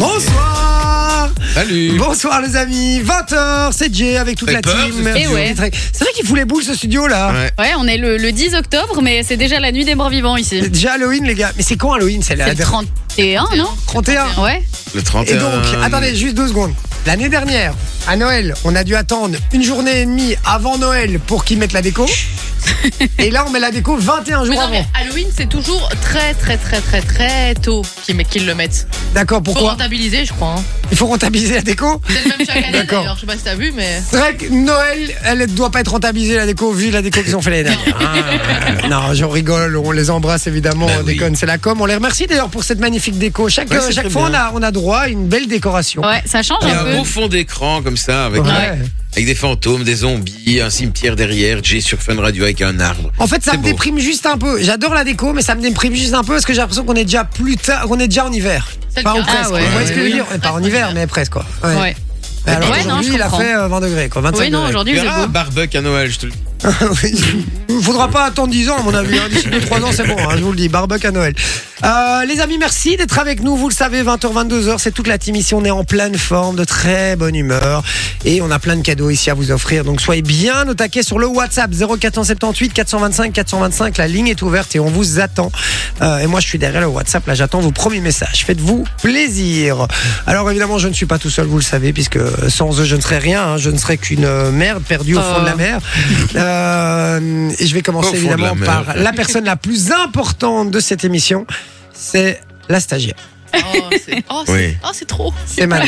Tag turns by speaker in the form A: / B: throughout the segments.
A: Bonsoir
B: Salut
A: Bonsoir les amis, 20h, c'est Jay avec toute
B: Fait
A: la
B: peur,
A: team.
B: ce
C: Eh
A: Merci,
D: studio.
A: on est très- C'est vrai qu'il fout les boules ce studio là.
B: Ouais.
D: Ouais, on est le, le 10 octobre, mais c'est déjà la nuit des morts vivants ici.
A: C'est déjà Halloween les gars. Mais c'est quand Halloween C'est la
D: C'est le 31, non
A: 31.
D: Ouais.
B: Le
A: Et
B: 31.
A: donc, attendez juste deux secondes. L'année dernière, à Noël, on a dû attendre une journée et demie avant Noël pour qu'ils mettent la déco. et là, on met la déco 21
C: Mais
A: jours
C: non, mais
A: avant.
C: Halloween, c'est toujours très, très, très, très, très tôt qu'ils met- qu'ils le mettent.
A: D'accord,
C: Pour
A: pourquoi
C: rentabiliser, je crois. hein.
A: Il faut rentabiliser la déco
C: C'est le même chaque année,
A: D'accord.
C: d'ailleurs. Je sais pas si t'as vu, mais.
A: C'est vrai que Noël, elle ne doit pas être rentabilisée la déco vu la déco qu'ils ont fait l'année dernière. Ah, non, je rigole, on les embrasse évidemment,
B: Bah
A: on
B: oui.
A: déconne, c'est la com. On les remercie d'ailleurs pour cette magnifique déco. Chaque,
B: Ouais, c'est
A: chaque
B: très
A: fois, on
B: bien.
A: a, on a droit à une belle décoration.
D: Ouais, ça change
B: Il y a
D: un
B: un
D: peu.
B: beau fond d'écran comme ça, avec,
A: Ouais.
B: avec des fantômes, des zombies, un cimetière derrière, Jay sur Fun Radio avec un arbre.
A: En fait, ça
B: C'est
A: me
B: beau.
A: déprime juste un peu. J'adore la déco, mais ça me déprime juste un peu parce que j'ai l'impression qu'on est déjà plus tard, qu'on est déjà en hiver.
C: C'est le
A: Pas en
C: cas.
A: presque.
D: Ah
A: quoi.
D: ouais.
A: Vous voyez ce que je veux
C: Ouais,
A: dire
C: ouais.
A: Pas en hiver, mais presque quoi. Ouais.
D: Ouais.
A: Et Alors
D: Ouais, non,
A: aujourd'hui,
D: je
A: il a
D: comprends.
A: fait euh, 20 degrés, quoi, 25
D: Oui, non,
A: degrés.
D: aujourd'hui,
B: Il
D: il
B: y
D: faisait
B: aura un
D: beau.
B: barbecue à Noël, je te le dis.
A: Il faudra pas attendre 10 ans, à mon avis. hein. D'ici 3 ans, c'est bon, hein, je vous le dis. Barbecue à Noël. Euh, les amis, merci d'être avec nous. Vous le savez, 20h, 22h, c'est toute la team ici. On est en pleine forme, de très bonne humeur. Et on a plein de cadeaux ici à vous offrir. Donc soyez bien au taquet sur le WhatsApp 0478 425 425. La ligne est ouverte et on vous attend. Euh, et moi, je suis derrière le WhatsApp. Là, j'attends vos premiers messages. Faites-vous plaisir. Alors évidemment, je ne suis pas tout seul, vous le savez, puisque sans eux, je ne serais rien. hein. Je ne serais qu'une euh, merde perdue au fond de la mer. Euh, et je vais
B: Au
A: commencer
B: fond
A: évidemment
B: de la mer.
A: par la personne la plus importante de cette émission, c'est la stagiaire.
C: Oh, c'est oh, c'est-
B: Oui.
C: oh, c'est trop.
A: C'est mal.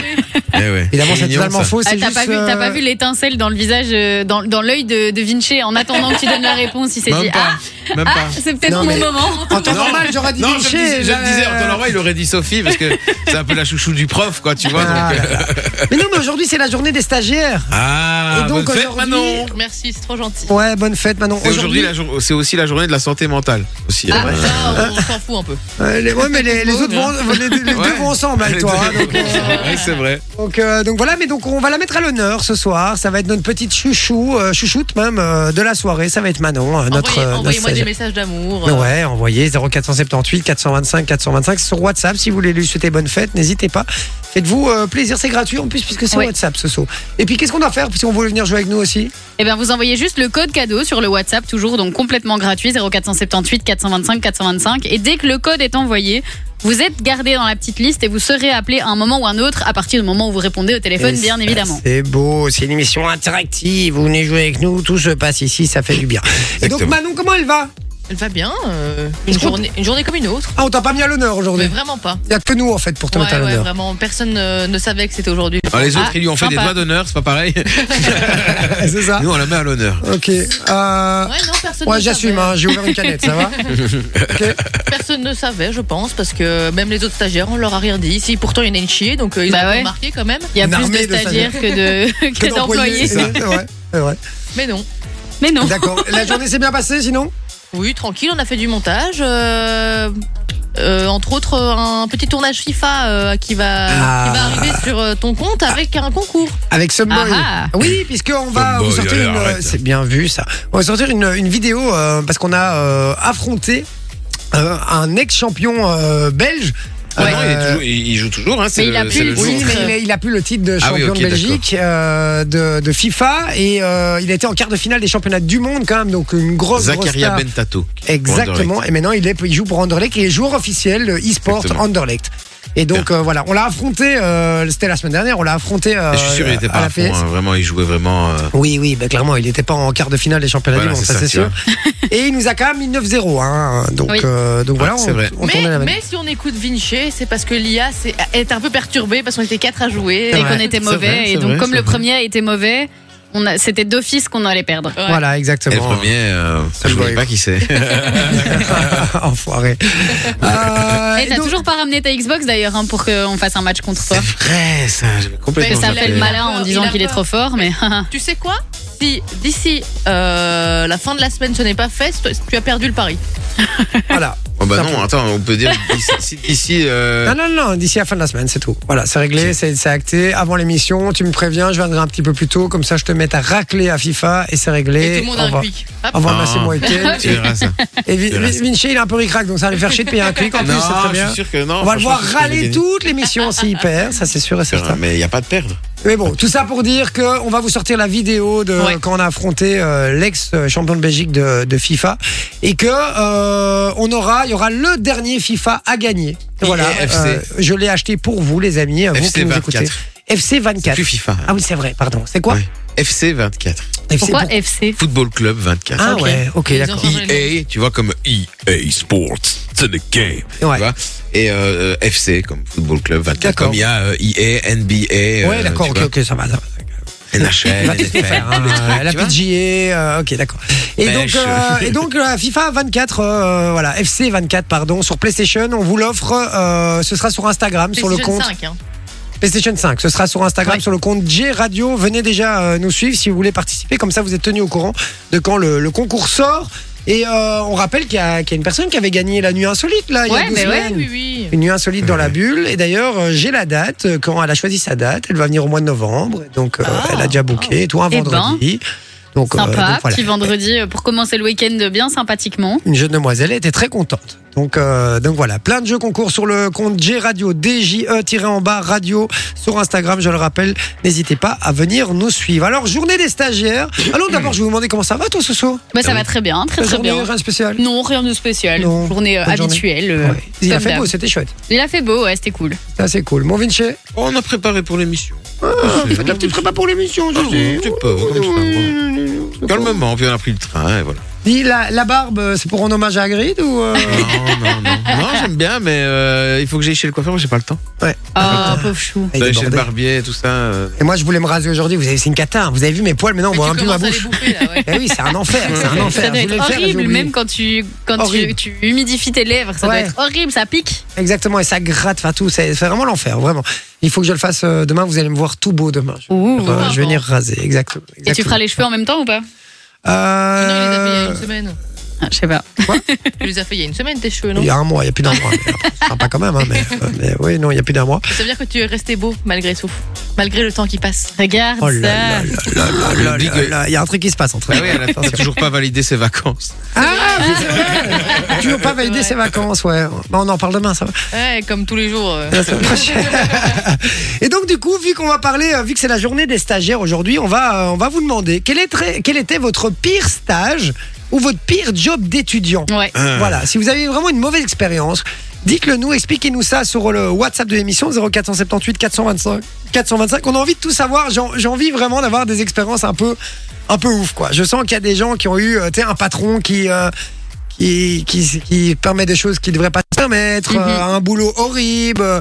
B: Eh ouais.
A: Évidemment, c'est
B: mignon,
A: totalement
B: ça.
A: faux.
D: Ah,
A: Ah, c'est
D: T'as
A: juste,
D: pas vu,
A: euh,
D: t'as pas vu l'étincelle dans le visage, euh, dans, dans l'œil de, de Vinci en attendant que tu donnes la réponse. Il s'est dit
B: Même pas. Même
D: Ah,
B: pas.
D: ah c'est peut-être
A: Non,
D: mon
A: mais-
D: moment.
A: En temps normal, j'aurais dit euh,
B: Non, je
A: Vinci,
B: me disais, je me
A: j'aurais-
B: disais, Antoine Leroy, il aurait dit Sophie, parce que c'est un peu la chouchou du prof, quoi, tu vois.
A: Ah,
B: donc, euh,
A: là, là. Mais non, mais aujourd'hui, c'est la journée des stagiaires.
B: Ah,
A: Et donc,
B: bonne fête,
A: aujourd'hui-
B: Manon.
C: Merci, c'est trop gentil.
A: Ouais, bonne fête, Manon.
B: C'est Aujourd'hui, la jour- c'est aussi la journée de la santé mentale. Aussi.
C: Ah,
B: Ouais.
C: ça, on s'en fout un peu.
A: euh, les, ouais, mais les, les autres
C: Ouais.
A: vont, les, les deux
B: Ouais.
A: vont ensemble avec toi. hein, donc,
B: Ouais, c'est vrai.
A: Donc, euh, donc voilà, mais donc on va la mettre à l'honneur ce soir. Ça va être notre petite chouchou, euh, chouchoute même euh, de la soirée. Ça va être Manon, euh, notre,
C: Envoyez-
A: euh, notre
C: Envoyez-moi des
A: stagiaire.
C: messages d'amour.
A: Mais Ouais, envoyez 0478 425 425 sur WhatsApp si vous voulez lui souhaiter bonne fête, n'hésitez pas. Faites-vous euh, plaisir, c'est gratuit en plus puisque c'est
D: Oui.
A: WhatsApp ce saut. Et puis qu'est-ce qu'on doit faire puisqu'on veut venir jouer avec nous aussi
D: Et Eh bien, vous envoyez juste le code cadeau sur le WhatsApp, toujours donc complètement gratuit, 0478 425 425. Et dès que le code est envoyé, vous êtes gardé dans la petite liste et vous serez appelé à un moment ou un autre à partir du moment où vous répondez au téléphone,
A: Et
D: bien
A: ça,
D: évidemment.
A: C'est beau, c'est une émission interactive, vous venez jouer avec nous, tout se passe ici, ça fait du bien. Et donc
B: Exactement.
A: Manon, comment elle va
C: Elle va bien. euh, une,
A: Je crois-
C: journée, une journée comme une autre.
A: Ah, on t'a pas mis à l'honneur
C: Mais
A: aujourd'hui.
C: vraiment pas.
A: Il n'y a que nous en fait pour te
C: Ouais,
A: mettre à
C: ouais,
A: l'honneur.
C: vraiment. Personne euh, ne savait que c'était aujourd'hui.
B: Ah, les autres,
D: Ah,
B: ils lui ont fait des
D: sympa.
B: doigts d'honneur, c'est pas pareil.
A: c'est ça
B: Nous, on la met à l'honneur.
A: Ok. euh,
C: Ouais, non, personne
A: Ouais,
C: ne
A: j'assume,
C: savait.
A: hein, j'ai ouvert une canette, ça va
C: Personne ne savait, je pense, parce que même les autres stagiaires, on leur a rien dit. Si pourtant il y en a une chier, donc euh, ils
D: Bah
C: ont
D: ouais.
C: remarqué quand même.
D: Il y a
A: Une
D: plus de
A: armée de
D: stagiaires que de- que d'employés.
A: C'est vrai, c'est vrai.
C: Mais non.
D: Mais non.
A: D'accord. La journée s'est bien passée sinon
C: Oui, tranquille, on a fait du montage. euh, euh, entre autres, un petit tournage FIFA euh, qui, va,
A: Ah.
C: qui va arriver sur euh, ton compte avec un concours.
A: Avec Sumboy.
D: Ah ah.
A: Oui, puisqu'on va
B: Sumboy,
A: vous sortir
B: allez,
A: une.
B: arrête.
A: euh, C'est bien vu ça. On va sortir une, une vidéo euh, parce qu'on a euh, affronté euh, un ex-champion euh, belge.
B: Ah non, il, est
A: Euh,
B: toujours- il- il joue toujours, hein, c'est
D: Mais il a
B: le,
D: plus
B: c'est
D: le
B: le
D: titre.
B: jour.
A: Oui, mais il, est- il a plus le titre de
B: Ah
A: champion
B: oui, ok,
A: de Belgique euh, de, de FIFA et euh, il était en quart de finale des championnats du monde quand même, donc une grosse, grosse
B: Zakaria
A: star.
B: Bentato.
A: Exactement. Et maintenant, il, est, il joue pour Anderlecht. Il est joueur officiel euh, e-sport
B: Exactement.
A: Anderlecht. Et donc, euh, voilà, on l'a affronté, euh, c'était la semaine dernière, on l'a affronté euh,
B: Et je suis sûr, il était
A: à
B: pas
A: la
B: à fond,
A: PS.
B: hein, vraiment, il jouait vraiment. euh,
A: Oui, oui, bah, clairement, il n'était pas en quart de finale des championnats
B: Voilà,
A: du monde,
B: c'est
A: ça, c'est
B: ça, tu
A: sûr. Et il nous a quand même mis 9-0. Hein, donc,
D: Oui.
A: euh, donc voilà,
B: Ouais,
A: on,
B: Ah, c'est vrai.
A: on tournait la main.
C: mais, mais si on écoute Vinci, c'est parce que l'IA c'est- est un peu perturbée parce qu'on était quatre à jouer.
A: C'est
D: Et
A: vrai.
D: qu'on était
B: C'est
D: mauvais.
B: vrai, c'est
D: et donc,
B: vrai,
D: comme
B: c'est
D: le
B: vrai.
D: premier était mauvais, on a- c'était d'office qu'on allait perdre.
C: Ouais.
A: Voilà,
B: Et le
A: exactement.
B: premier, euh,
A: Ça
B: je ne
A: jouait.
B: pas qui c'est.
A: Enfoiré. Euh,
D: et t'as
A: donc-
D: toujours pas ramené ta Xbox d'ailleurs hein, pour qu'on fasse un match contre toi.
B: vrai, ça, j'avais
D: Parce que
B: complètement
D: ça
C: il a
D: fait le
B: zappé.
C: mal.
D: malin en
C: Il a
D: disant qu'il est
C: peur.
D: trop fort, mais.
C: Tu sais quoi si d'ici euh, la fin de la semaine ce n'est pas fait, tu as perdu le pari.
A: Voilà.
B: Oh bah non, attends, on peut dire d'ici- si- d'ici. euh,
A: Non, non, non, d'ici la fin de la semaine, c'est tout. Voilà, c'est réglé, c'est c'est acté. Avant l'émission, tu me préviens, je viendrai un petit peu plus tôt, comme ça je te mets ta raclée à FIFA et c'est réglé.
C: Et, tout le monde a
A: Au
C: un
A: revoir.
C: quick. Hop.
A: Au revoir,
B: Ah.
A: merci, bon week-end.
B: tu verras ça.
A: Et Vi-
B: Le reste.
A: Vinci, il est un peu ric-rac, donc ça va lui faire chier de payer un clic en plus,
B: non,
A: c'est très
B: je
A: bien.
B: suis sûr que non.
A: On va le voir
B: franchement, je pense que je vais
A: râler
B: gagner.
A: toute l'émission s'il perd, ça c'est sûr et certain.
B: Mais il n'y a pas de perdre.
A: Mais bon, tout ça pour dire que on va vous sortir la vidéo de
C: Ouais.
A: quand on a affronté euh, l'ex-champion de Belgique de, de FIFA et que euh, on aura, il y aura le dernier FIFA à gagner. Voilà, euh,
B: IFC.
A: je l'ai acheté pour vous les amis, vous
B: FC
A: qui nous
B: 24.
A: écoutez. FC 24.
B: Plus FIFA.
A: Ah oui, c'est vrai, pardon. C'est quoi
B: Ouais. FC 24.
A: FC
D: Pourquoi
A: pour-
D: FC
B: Football Club 24.
A: Ah
C: Ok.
A: ouais, ok,
C: Ils ont
A: d'accord.
C: changé le nom.
B: EA, E tu vois, comme EA Sports, c'est the game.
A: Ouais.
B: Tu vois Et euh, euh, FC, comme Football Club 24.
A: D'accord.
B: Comme il y a euh, EA, NBA.
A: Ouais,
B: euh,
A: d'accord,
B: tu
A: ok,
B: vois,
A: ok, ça va. ça va.
B: NHL,
A: va tout
B: NFL,
A: faire,
B: tous les
A: hein,
B: trucs,
A: la
B: tu vois.
A: PGA, euh, ok, d'accord. Et donc,
B: Pêche.
A: euh, et donc euh, FIFA 24, euh, voilà, FC 24, pardon, sur PlayStation, on vous l'offre. euh, ce sera sur Instagram, sur le
C: PlayStation
A: compte
C: 5, hein.
A: PlayStation 5. Ce sera sur Instagram, sur le compte G Radio. Venez déjà euh, nous suivre si vous voulez participer. Comme ça, vous êtes tenus au courant de quand le, le concours sort. Et euh, on rappelle qu'il y, a- qu'il y a une personne qui avait gagné la nuit insolite là. il y a
D: Ouais,
A: deux
D: mais ouais,
A: semaines.
C: Eh Oui, oui.
A: Une nuit insolite dans la bulle. Et d'ailleurs, euh, j'ai la date. euh, Quand elle a choisi sa date, elle va venir au mois de novembre. Donc, euh,
C: Ah.
A: elle a déjà booké. Toi, un
D: Eh ben.
A: vendredi. donc, euh,
D: Sympa,
A: donc voilà.
D: petit vendredi euh, pour commencer le week-end bien sympathiquement.
A: Une jeune demoiselle elle était très contente. Donc, euh, donc voilà, plein de jeux concours sur le compte G Radio, DJE-en-bas radio sur Instagram, je le rappelle. N'hésitez pas à venir nous suivre. Alors, journée des stagiaires. Alors d'abord, je vais vous demander comment ça va, toi, Soso
D: Bah, ça
B: Ah oui.
D: va très bien, très
A: La
D: très
A: journée,
D: bien.
A: rien de spécial.
D: Non, rien de spécial.
A: Non,
D: Journée euh,
A: bonne journée.
D: habituelle. euh,
A: Ouais. Il a
D: comme
A: fait
D: d'hab.
A: beau, c'était chouette.
D: Il a fait beau, ouais, c'était cool.
A: Ça, c'est cool. Mon Vinci,
B: On a préparé pour l'émission.
A: Ah,
B: Ah,
A: faites la petite prépa pour l'émission. je sais.
B: Tu peux, comme ça. Calmement, puis on a pris le train, et voilà.
A: Dis, la, la barbe, euh, c'est pour rendre hommage à Hagrid ou euh,
B: Non, non, non. Non, j'aime bien, mais euh, il faut que j'aille chez le coiffeur, moi, j'ai pas le temps.
D: Ah, pauvre chou.
A: il est
B: D'aller chez le
A: bordé.
B: barbier et tout ça. euh,
A: Et moi, je voulais me raser aujourd'hui. Vous avez, c'est une cata. hein. Vous avez vu mes poils, mais non,
C: Mais
A: on voit
C: tu
A: un peu ma
C: commences à les
A: bouche.
C: bouffer, là, ouais.
A: Eh oui, c'est un enfer, c'est un enfer. Je
D: Ça doit être
A: voulais le faire et j'ai
D: horrible,
A: oublié.
D: même quand tu, quand
A: Horrible.
D: tu, tu humidifies tes lèvres. Ça
A: Ouais.
D: doit être horrible, ça pique.
A: Exactement, et ça gratte, enfin tout, c'est c'est vraiment l'enfer, vraiment. Il faut que je le fasse euh, demain, vous allez me voir tout beau demain. Je, euh,
D: Ouh.
A: je vais
C: Avant.
A: venir raser, exactement.
D: Et tu
A: exactement.
D: feras les cheveux en même temps ou pas
C: Non, il les a fait il y a
A: Euh,
C: une semaine.
D: Ah, Je sais pas.
C: Tu les as fait il y a une semaine, tes cheveux, non
A: Il y a un mois, il n'y a plus d'un mois. mais après, ce sera pas quand même, hein, mais, euh, mais oui, non, il n'y a plus d'un mois.
C: Ça veut dire que tu es resté beau, malgré tout. Malgré le temps qui passe.
D: Regarde
A: Oh
D: ça.
A: là là là là Oh là là
B: Big-
A: là là, il y a un truc qui se passe entre
B: Bah
A: eux.
B: oui, elle a elle a toujours pas validé ses vacances.
A: Ah, oui, c'est vrai. Tu veux pas valider
C: Ouais.
A: ses vacances, ouais. Bah, on en parle demain, ça va.
C: Ouais, comme tous les jours. euh.
A: La semaine prochaine. Et donc du coup, vu qu'on va parler, euh, vu que c'est la journée des stagiaires aujourd'hui, on va, euh, on va vous demander quel, est très- quel était votre pire stage ou votre pire job d'étudiant.
D: Ouais.
B: Ah.
A: Voilà, si vous avez vraiment une mauvaise expérience, dites-le nous, expliquez-nous ça sur le WhatsApp de l'émission 0478 425 425. On a envie de tout savoir, j'ai j'ai envie vraiment d'avoir des expériences un peu, un peu ouf quoi. Je sens qu'il y a des gens qui ont eu, euh, tu sais, un patron qui... euh, qui, qui, qui permet des choses qui devraient pas se permettre,
D: Mhm.
A: euh, un boulot horrible, euh,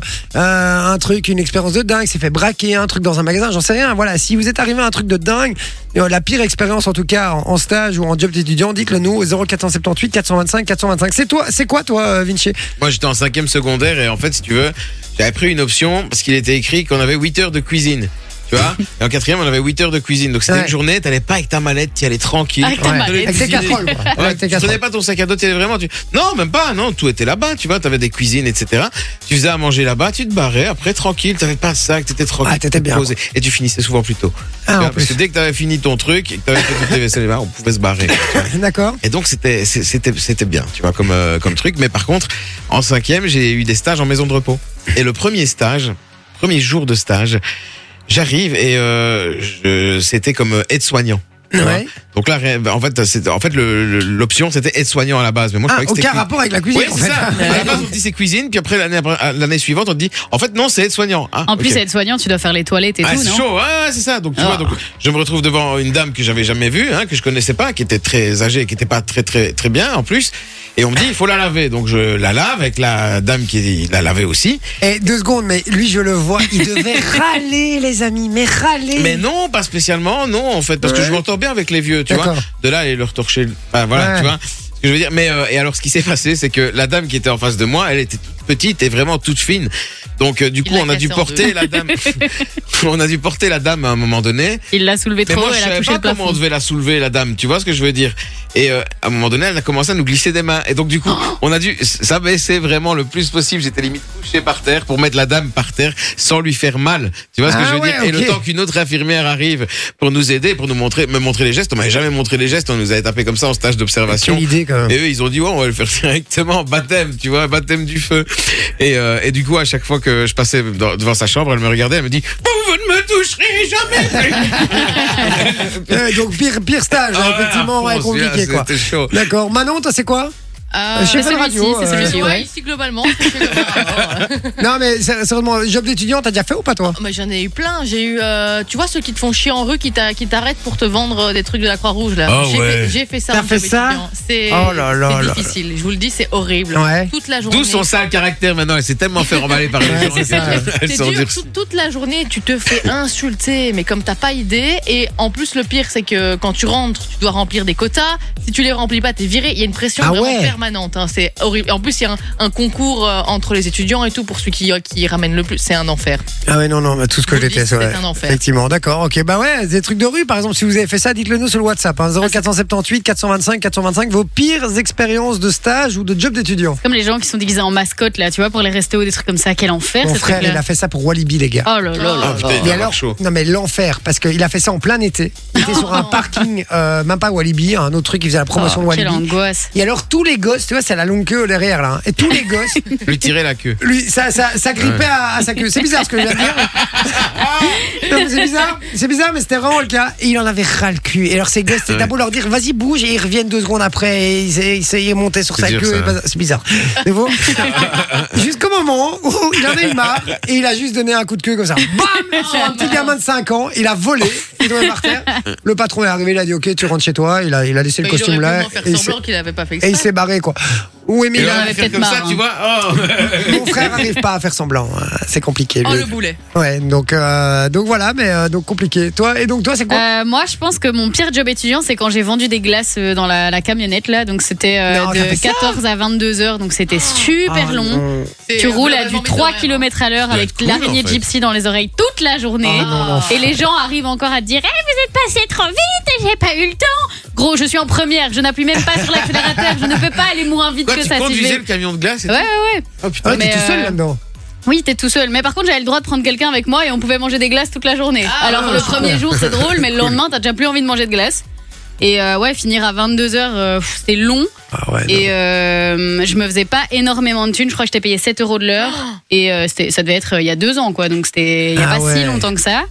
A: un truc, une expérience de dingue, s'est fait braquer, un truc dans un magasin, j'en sais rien. Voilà, si vous êtes arrivé à un truc de dingue, euh, la pire expérience en tout cas en, en stage ou en job d'étudiant, dites-le nous au 0478 425 425. C'est toi, c'est quoi toi, euh, Vinci
B: Moi, j'étais en cinquième secondaire et en fait, si tu veux, j'avais pris une option parce qu'il était écrit qu'on avait 8 heures de cuisine. Tu vois Et en quatrième, on avait 8 heures de cuisine. Donc, c'était
A: Ouais. Ah,
B: une journée, t'allais pas avec ta mallette, t'y allais tranquille.
D: Avec ta
B: Ouais.
D: mallette.
A: Avec tes
B: Cuisiner.
A: casseroles, quoi.
B: Ouais,
A: Avec tes
B: tu prenais
A: casseroles.
B: pas ton sac à dos, t'allais vraiment. Tu... Non, même pas, non, tout était là-bas, tu vois, t'avais des cuisines, etc. Tu faisais à manger là-bas, tu te barrais, après tranquille, t'avais pas de sac, t'étais tranquille.
A: Ah, t'étais bien,
B: posé. Et tu finissais souvent plus tôt. Tu
A: Ah,
B: vois,
A: en
B: parce
A: plus.
B: que dès que t'avais fini ton truc et que t'avais fait toutes tes vaisselles, eh ben, on pouvait se barrer.
A: D'accord.
B: Et donc c'était c'est- c'était c'était bien, tu vois, comme euh, comme truc. Mais par contre, en cinquième, j'ai eu des stages en maison de repos. Et le premier stage, premier jour de stage, j'arrive et euh, je- c'était comme euh, aide-soignant. tu vois.
A: Ouais.
B: Donc là, ré- en fait, c'est- en fait, le- le- l'option c'était aide-soignant à la base, mais moi
A: Ah,
B: je croyais que c'était
A: aucun
B: cui-
A: rapport avec la cuisine.
B: Ouais,
A: en
B: c'est
A: fait.
B: ça. À la base, on te dit c'est cuisine, puis après l'année après- l'année suivante, on te dit en fait non, c'est aide-soignant. Ah,
D: En plus,
B: ok.
D: être soignant, tu dois faire les toilettes et
B: Ah,
D: tout,
B: c'est
D: non
B: chaud, ouais, ouais, c'est ça. Donc, tu
D: Ah.
B: vois, donc, je me retrouve devant une dame que j'avais jamais vue, hein, que je connaissais pas, qui était très âgée, qui était pas très, très, très bien, en plus. Et on me dit, il faut la laver. Donc, je la lave avec la dame qui la lavait aussi.
A: Et Eh, deux secondes, mais lui, je le vois, il devait râler, les amis, mais râler.
B: Mais non, pas spécialement, non, en fait, parce que
A: Ouais.
B: je m'entends bien avec les vieux, tu vois.
A: D'accord.
B: De là, aller leur torcher, le- enfin, voilà,
A: Ouais.
B: tu vois. Ce que je veux dire. Mais, euh, et alors, ce qui s'est passé, c'est que la dame qui était en face de moi, elle était toute petite et vraiment toute fine. Donc euh, du coup,
C: l'a
B: on a dû
C: cassé en
B: porter
C: deux.
B: la dame. on a dû porter la dame à un moment donné.
D: Il l'a soulevé
B: Mais
D: trop,
B: moi, je
D: elle a
B: savais
D: touché
B: pas
D: le
B: comment on
D: plafond.
B: devait la soulever, la dame. Tu vois ce que je veux dire Et euh, à un moment donné, elle a commencé à nous glisser des mains. Et donc, du coup,
D: Oh.
B: on a dû s'abaisser vraiment le plus possible. J'étais limite couché par terre pour mettre la dame par terre sans lui faire mal. Tu vois ce que
A: Ah
B: je veux
A: ouais,
B: dire Et le
A: ok.
B: temps qu'une autre infirmière arrive pour nous aider, pour nous montrer, me montrer les gestes, on m'avait jamais montré les gestes. On nous avait tapé comme ça en stage d'observation.
A: Quelle idée quand même.
B: Et eux, ils ont dit, ouais, on va le faire directement, baptême, tu vois, baptême du feu. Et, euh, et du coup, à chaque fois que je passais dans- devant sa chambre, elle me regardait, elle me dit, bon, vous ne me toucherez jamais plus.
A: Ouais, Eh, donc pire, pire stage, hein,
B: Ah,
A: effectivement, ouais,
B: on se souvient,
A: compliqué quoi.
B: C'était chaud.
A: D'accord. Manon, toi c'est quoi
C: Euh,
A: Chef de
C: c'est
A: radio,
C: celui-ci, c'est
A: euh,
C: celui-ci,
D: ouais.
C: ouais, ici globalement. c'est celui que- Ah, ouais.
A: Non mais sérieusement, job d'étudiant, t'as déjà fait ou pas toi
C: Mais j'en ai eu plein. J'ai eu, euh, tu vois, ceux qui te font chier en rue, qui t'a- qui t'arrêtent pour te vendre euh, des trucs de la Croix-Rouge là.
B: Ah
C: J'ai
B: ouais.
C: fait- J'ai fait ça.
A: T'as
C: en
A: fait
C: job
A: ça
C: étudiant. C'est
A: Oh là là
C: c'est
A: là
C: difficile. Je vous le dis, c'est horrible.
A: Ouais.
C: Toute la journée.
B: D'où son sale caractère maintenant, elle s'est tellement fait emballer par les
A: Ouais,
B: gens.
A: c'est ça.
B: Elle
C: C'est
B: s'en
C: dur,
B: dure-
C: toute, toute la journée, tu te fais insulter, mais comme t'as pas idée. Et en plus, le pire, c'est que quand tu rentres, tu dois remplir des quotas. Si tu les remplis pas, t'es viré. Il y a une pression
A: Ah
C: vraiment
A: ouais.
C: permanente. hein. C'est horrible. En plus, il y a un, un concours euh, entre les étudiants et tout pour celui qui, euh, qui ramène le plus. C'est un enfer.
A: Ah ouais, non, non, bah, tout ce que
C: Je vous le dis,
A: j'étais, c'est
C: c'était
A: vrai.
C: un enfer.
A: Effectivement, d'accord, ok. Bah ouais, des trucs de rue, par exemple, si vous avez fait ça, dites-le nous sur le WhatsApp. hein, 0478 425 425, vos pires expériences de stage ou de job d'étudiant.
D: Comme les gens qui sont déguisés en mascotte, là, tu vois, pour les restos, des trucs comme ça. Quel enfer,
A: Mon
D: ce
A: frère, il
D: truc-là.
A: a fait ça pour Walibi, les gars.
D: Oh là là
B: Ah,
D: là.
B: putain, il
A: Mais
B: doit
A: alors,
B: avoir chaud.
A: non mais l'enfer, parce qu'il a fait ça en plein été. Il était sur un
C: Non.
A: parking, euh, même pas Walibi, un autre truc, il faisait la promotion
D: Oh,
A: de
D: quelle
A: Walibi.
D: angoisse.
A: Et alors tous les gosses, tu vois, c'est la longue queue derrière là, hein, et tous les gosses,
B: Lui tirer la queue.
A: lui, ça, ça, ça grippait
B: Ouais.
A: à, à sa queue. C'est bizarre ce que je viens de dire. Non, mais c'est bizarre, c'est bizarre, mais c'était vraiment le cas. Et il en avait ras le cul. Et alors ces gosses, c'est
B: Ouais.
A: t'as beau leur dire vas-y bouge, et ils reviennent deux secondes après, et ils ils essayaient de monter sur
B: C'est
A: sa
B: dur,
A: queue.
B: ça.
A: et pas- C'est bizarre. Mais bon, jusqu'au moment où il en a eu marre, et il a juste donné un coup de queue comme ça. Bam Un petit gamin de 5 ans, il a volé, il est tombé par terre. Le patron est arrivé, il a dit ok, tu rentres chez toi, il a, il a laissé le
C: Mais il aurait
A: costume
C: pu
A: là.
C: m'en faire
A: et il
C: semblant
A: s'est-
C: qu'il avait pas fait
A: Et il
C: exprès.
A: s'est barré quoi. Oui mais
B: Et
A: il
B: là,
A: a-
D: en
B: on
D: avait
B: va faire
D: peut-être
B: comme ça,
D: marre,
B: tu
D: hein.
B: vois. Oh.
A: mon frère arrive pas à faire semblant, euh, c'est compliqué.
C: Oh
A: lui.
C: le boulet.
A: Ouais, donc euh, donc voilà, mais euh, donc compliqué. Toi et donc toi c'est quoi
D: Euh, moi, je pense que mon pire job étudiant, c'est quand j'ai vendu des glaces euh, dans la, la camionnette là. Donc c'était euh,
A: Non, t'as fait
D: de
A: ça
D: 14 à 22 heures, donc c'était Euh, super
A: Ah,
D: long.
A: non.
C: C'est
D: Tu roules à
C: globalement
D: du
C: mes
D: 3
C: horaires, hein.
D: km à l'heure
B: doit
D: avec
B: être cool,
D: l'araignée
B: en fait.
D: gypsy dans les oreilles toute la journée.
A: Ah, non, non.
D: et les gens arrivent encore à te dire Eh, Vous êtes passé trop vite, j'ai pas eu le temps. Gros, je suis en première, je n'appuie même pas sur l'accélérateur, je ne peux pas aller moins vite
B: Quoi,
D: que
B: tu
D: ça. si je
B: conduisais
D: vais-
B: le camion de glace et
D: Ouais,
B: tout
D: ouais, ouais.
B: Oh
A: Ah
B: putain.
A: ouais, t'es
D: Mais,
A: tout seul
D: euh,
A: là-dedans.
D: Oui, t'es tout seul. Mais par contre, j'avais le droit de prendre quelqu'un avec moi et on pouvait manger des glaces toute la journée.
C: Ah,
D: Alors,
C: ah,
D: le
A: super.
D: premier jour, c'est drôle, mais le lendemain, t'as déjà plus envie de manger de glace. Et euh, ouais, finir à 22h, c'était long.
A: Ah ouais.
D: Et euh, je me faisais pas énormément de thunes. Je crois que j'étais payé 7 euros de l'heure. Et euh, c'était- ça devait être euh, il y a deux ans, quoi. Donc c'était il y a
A: Ah
D: pas
A: ouais.
D: si longtemps que ça.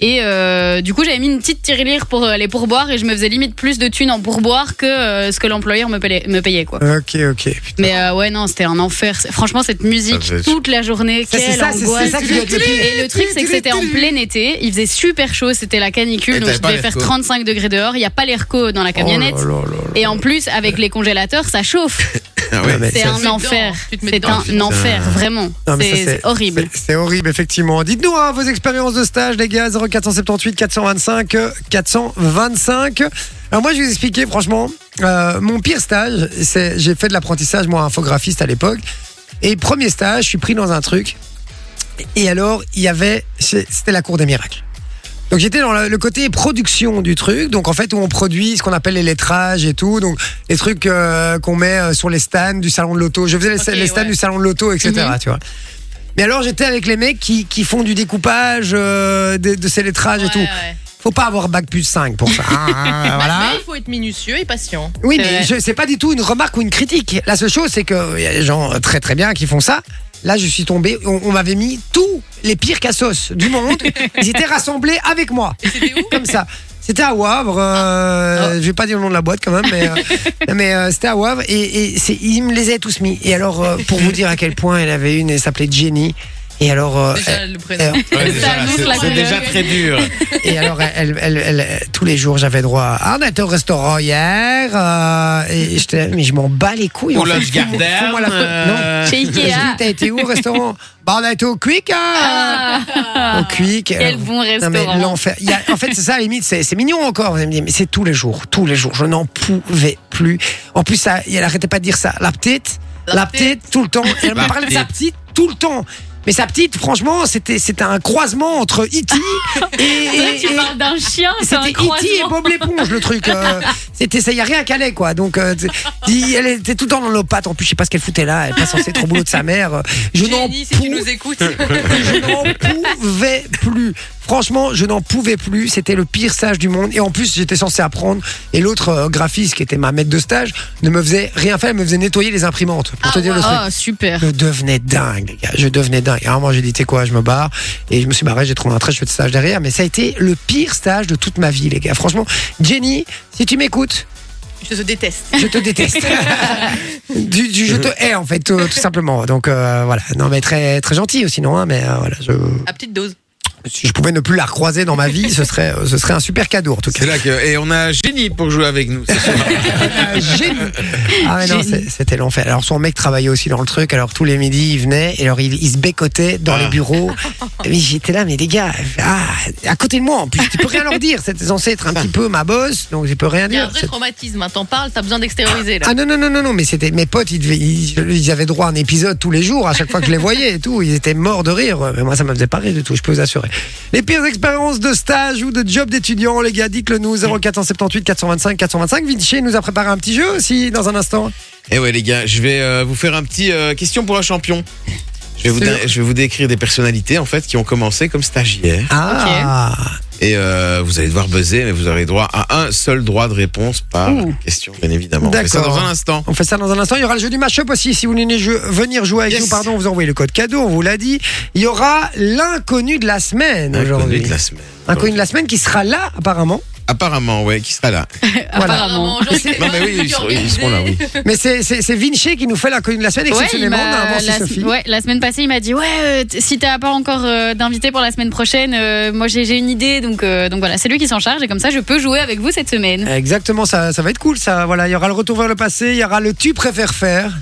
D: Et euh, du coup, j'avais mis une petite tirelire pour euh, les pourboires et je me faisais limite plus de thunes en pourboire que euh, ce que l'employeur me payait, me payait, quoi.
A: Ok, ok. putain.
D: Mais euh, ouais, non, c'était un enfer. C'est- Franchement, cette musique
B: Ça fait-
D: toute la journée,
A: Ça, c'est
D: quelle
A: ça, c'est- c'est
D: angoisse.
A: ça qui doit être le pire.
D: Et le truc, c'est que c'était en plein été. Il faisait super chaud, c'était la
B: Et
D: canicule, donc
B: t'avais
D: je
B: pas
D: devais
B: l'air chaud.
D: faire 35 degrés dehors. Il n'y a pas l'air chaud dans la camionnette.
A: Oh là là là là.
D: Et en plus, avec les congélateurs, ça chauffe.
B: Ah ouais.
A: Non, mais
D: C'est
A: ça,
D: un
C: dedans,
D: enfer.
C: tu te mets
D: C'est
C: dedans.
D: un enfer, vraiment.
A: Non, mais ça,
D: C'est c'est horrible.
A: c'est- C'est horrible, effectivement. Dites-nous hein, vos expériences de stage, les gars. 0478 425 euh, 425. Alors, moi, je vais vous expliquer, franchement, euh, mon pire stage, c'est j'ai fait de l'apprentissage, moi, infographiste à l'époque. Et premier stage, je suis pris dans un truc. Et alors, il y avait. c'est- C'était la cour des miracles. Donc j'étais dans le le côté production du truc, donc en fait où on produit ce qu'on appelle les lettrages et tout, donc les trucs euh, qu'on met euh, sur les stands du salon de l'auto. Je faisais les,
C: Ok,
A: les stands
C: ouais.
A: du salon de l'auto, etc. Tu vois. Mais alors j'étais avec les mecs qui, qui font du découpage euh, de, de ces lettrages et
C: Ouais,
A: tout.
C: ouais.
A: Faut pas avoir bac plus 5 pour ça. hein, hein, voilà.
C: Mais il faut être minutieux et patient.
A: Oui,
D: C'est
A: mais
D: vrai.
A: je- c'est pas du tout une remarque ou une critique. La seule chose, c'est que il y a des gens très très bien qui font ça. Là, je suis tombé. On, on m'avait mis tous les pires cassos du monde. Ils étaient rassemblés avec moi.
C: C'était où
A: Comme ça. C'était à Wavre. euh,
C: Oh.
A: Je vais pas dire le nom de la boîte quand même, mais, euh, mais euh, c'était à Wavre. Et, et c'est- ils me les avaient tous mis. Et alors, euh, pour vous dire à quel point elle avait une, elle s'appelait Jenny. Et alors, euh,
C: Déjà le prénom.
A: euh,
B: Ouais, déjà,
D: annonce
B: c'est-
D: la
B: C'est
D: couleur.
B: déjà très dur.
A: et alors, elle, elle- elle- elle- tous les jours, j'avais droit à. Ah, on était au restaurant hier. euh, et j'étais là, mais je m'en bats les couilles.
B: Au
A: en fait.
B: Lunch
A: Fous-moi-
B: Garden,
A: fous-moi la faute.
B: euh,
A: Non.
D: Chez
A: Je dis,
D: Ikea.
A: t'as été où au restaurant Bah, on a été au Quick. hein. au Quick.
D: Ah, Quel
A: euh,
D: bon
A: non, mais
D: restaurant.
A: l'enfer. Il y a- en fait, c'est ça, à la limite, c'est c'est mignon encore. Vous allez me dire, mais c'est tous les jours, tous les jours. Je n'en pouvais plus. En plus, ça, elle arrêtait pas de dire ça. La petite, la,
C: La
A: petite, tout le temps. Elle
B: La
A: me parlait de sa petite tout le temps. Mais sa petite, franchement, c'était c'était un croisement entre E.T. et,
D: C'est vrai que
A: et-
D: tu parles d'un chien, c'est
A: c'était E
D: un
A: E.T. et
D: croisement.
A: Bob l'éponge le truc. euh, c'était ça, y a rien qu'à l'aise quoi. Donc euh, t- il- elle était tout le temps dans nos pattes. En plus, je sais pas ce qu'elle foutait là. Elle est pas censée être au boulot de sa mère. Je n'en
C: Jenny, si tu
A: pou-
C: nous écoutes.
A: je n'en pouvais plus. Franchement, je n'en pouvais plus. C'était le pire stage du monde. Et en plus, j'étais censé apprendre. Et l'autre euh, graphiste, qui était ma maître de stage, ne me faisait rien faire. Elle me faisait nettoyer les imprimantes. Pour te dire le truc.
D: Ah, super.
A: Je devenais dingue, les gars. Je devenais dingue. Et à un moment, j'ai dit, tu sais quoi, je me barre. Et je me suis barré, j'ai trouvé un très chouette stage derrière. Mais ça a été le pire stage de toute ma vie, les gars. Franchement, Jenny, si tu m'écoutes,
C: Je te déteste.
A: je te déteste. du, du- je te hais, en fait, tout, tout simplement. Donc, euh, voilà. Non, mais très, très gentil aussi, non, hein, mais euh, voilà. Je,
C: À petite dose.
A: si je pouvais ne plus la recroiser dans ma vie, ce serait, euh, ce serait un super cadeau, en tout cas.
B: C'est là que. Et on a Génie pour jouer avec nous. C'est sûr.
A: Ah, génie. Ah mais non,
D: Génie.
A: c'est- c'était l'enfer. Alors son mec travaillait aussi dans le truc, alors tous les midis il venait, et alors il, il se bécotait dans
B: Ah.
A: les bureaux. Mais j'étais là, mais les gars, ah, à côté de moi en plus, tu peux rien leur dire. C'était censé être un petit peu ma boss, donc je peux rien
C: Ah. Il y a un
A: dire.
C: vrai
A: C'est-
C: traumatisme. hein. T'en parles, t'as besoin d'extérioriser. là.
A: Ah non, non, non, non, non, mais c'était mes potes, ils, devaient- ils, ils avaient droit à un épisode tous les jours, à chaque fois que je les voyais et tout. Ils étaient morts de rire. Mais moi, ça me faisait pas rire du tout, je peux vous assurer. Les pires expériences de stage ou de job d'étudiant, les gars, dites-le
B: Mm.
A: nous, 0478 425 425. Vinci nous a préparé un petit jeu aussi dans un instant.
B: Eh ouais les gars, je vais euh, vous faire un petit euh, question pour un champion. Je vais, vous
A: Sûr.
B: dé- je vais vous décrire des personnalités en fait qui ont commencé comme stagiaires.
A: Ah,
B: Et euh, vous allez devoir buzzer, mais vous aurez droit à un seul droit de réponse par
D: Ouh.
B: question, bien évidemment. On fait ça
A: D'accord.
B: dans un instant.
A: on fait ça dans un instant. Il y aura le jeu du match-up aussi. Si vous voulez jeu- venir jouer avec
B: Yes.
A: nous, pardon, vous envoyez le code cadeau, on vous l'a dit. Il y aura l'inconnu de la semaine
B: Inconnu
A: aujourd'hui.
B: de la semaine.
A: L'inconnu de la semaine qui sera là, apparemment.
B: Apparemment, ouais, qui sera là.
D: Apparemment.
C: aujourd'hui, c'est
B: Non, mais oui, ils seront, ils seront là, oui.
A: Mais c'est c'est- c'est Vinci qui nous fait l'inconnu de la semaine,
D: Ouais, il
A: exceptionnellement.
D: m'a-
A: on a avancé
D: la,
A: hein, Sophie.
D: ouais, la semaine passée, il m'a dit Ouais, euh, t- si t'as pas encore euh, d'invité pour la semaine prochaine, euh, moi j'ai j'ai une idée. Donc, euh, donc voilà, c'est lui qui s'en charge et comme ça, je peux jouer avec vous cette semaine.
A: Exactement, ça, ça va être cool. Ça, voilà, il y aura le retour vers le passé, il y aura le tu préfères faire.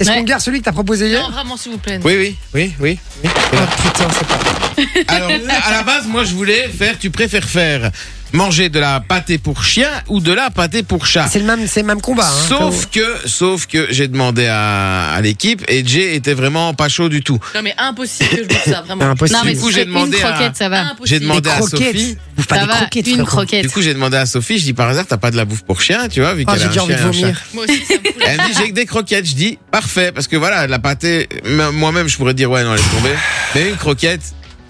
A: Est-ce
D: Ouais.
A: qu'on garde celui que t'as proposé
C: Non,
A: hier
C: vraiment, s'il vous plaît.
B: Oui, oui, oui, oui.
A: Oh putain, c'est pas.
B: Alors, à la base, moi, je voulais faire, tu préfères faire manger de la pâtée pour chien ou de la pâtée pour chat
A: C'est le même, c'est le même combat. hein,
B: Sauf
A: Flo.
B: que, sauf que j'ai demandé à, à l'équipe et Jay était vraiment pas chaud du tout.
C: Non, mais impossible que je bouffe ça, vraiment.
A: Impossible.
D: Non, mais
B: Du coup,
D: ce
B: j'ai
D: serait une
B: demandé à-
D: croquette, ça va.
C: Impossible.
B: J'ai demandé
A: des
B: à
A: croquettes.
B: Sophie.
A: Bouffe Ah, pas
D: ça
A: des
D: va,
A: croquettes.
D: une
A: frérot.
D: croquette.
B: Du coup, j'ai demandé à Sophie, je dis par hasard, t'as pas de la bouffe pour chien, tu vois, vu
A: Ah,
B: qu'elle a
A: j'ai déjà
B: un
A: envie
B: chien,
A: de
B: un chat.
A: vomir.
C: Moi aussi, ça me fout la-
B: Elle me dit, j'ai que des croquettes. Je dis, parfait, parce que voilà, la pâtée, m- moi-même, je pourrais dire, ouais, non, laisse tomber. Mais une croquette,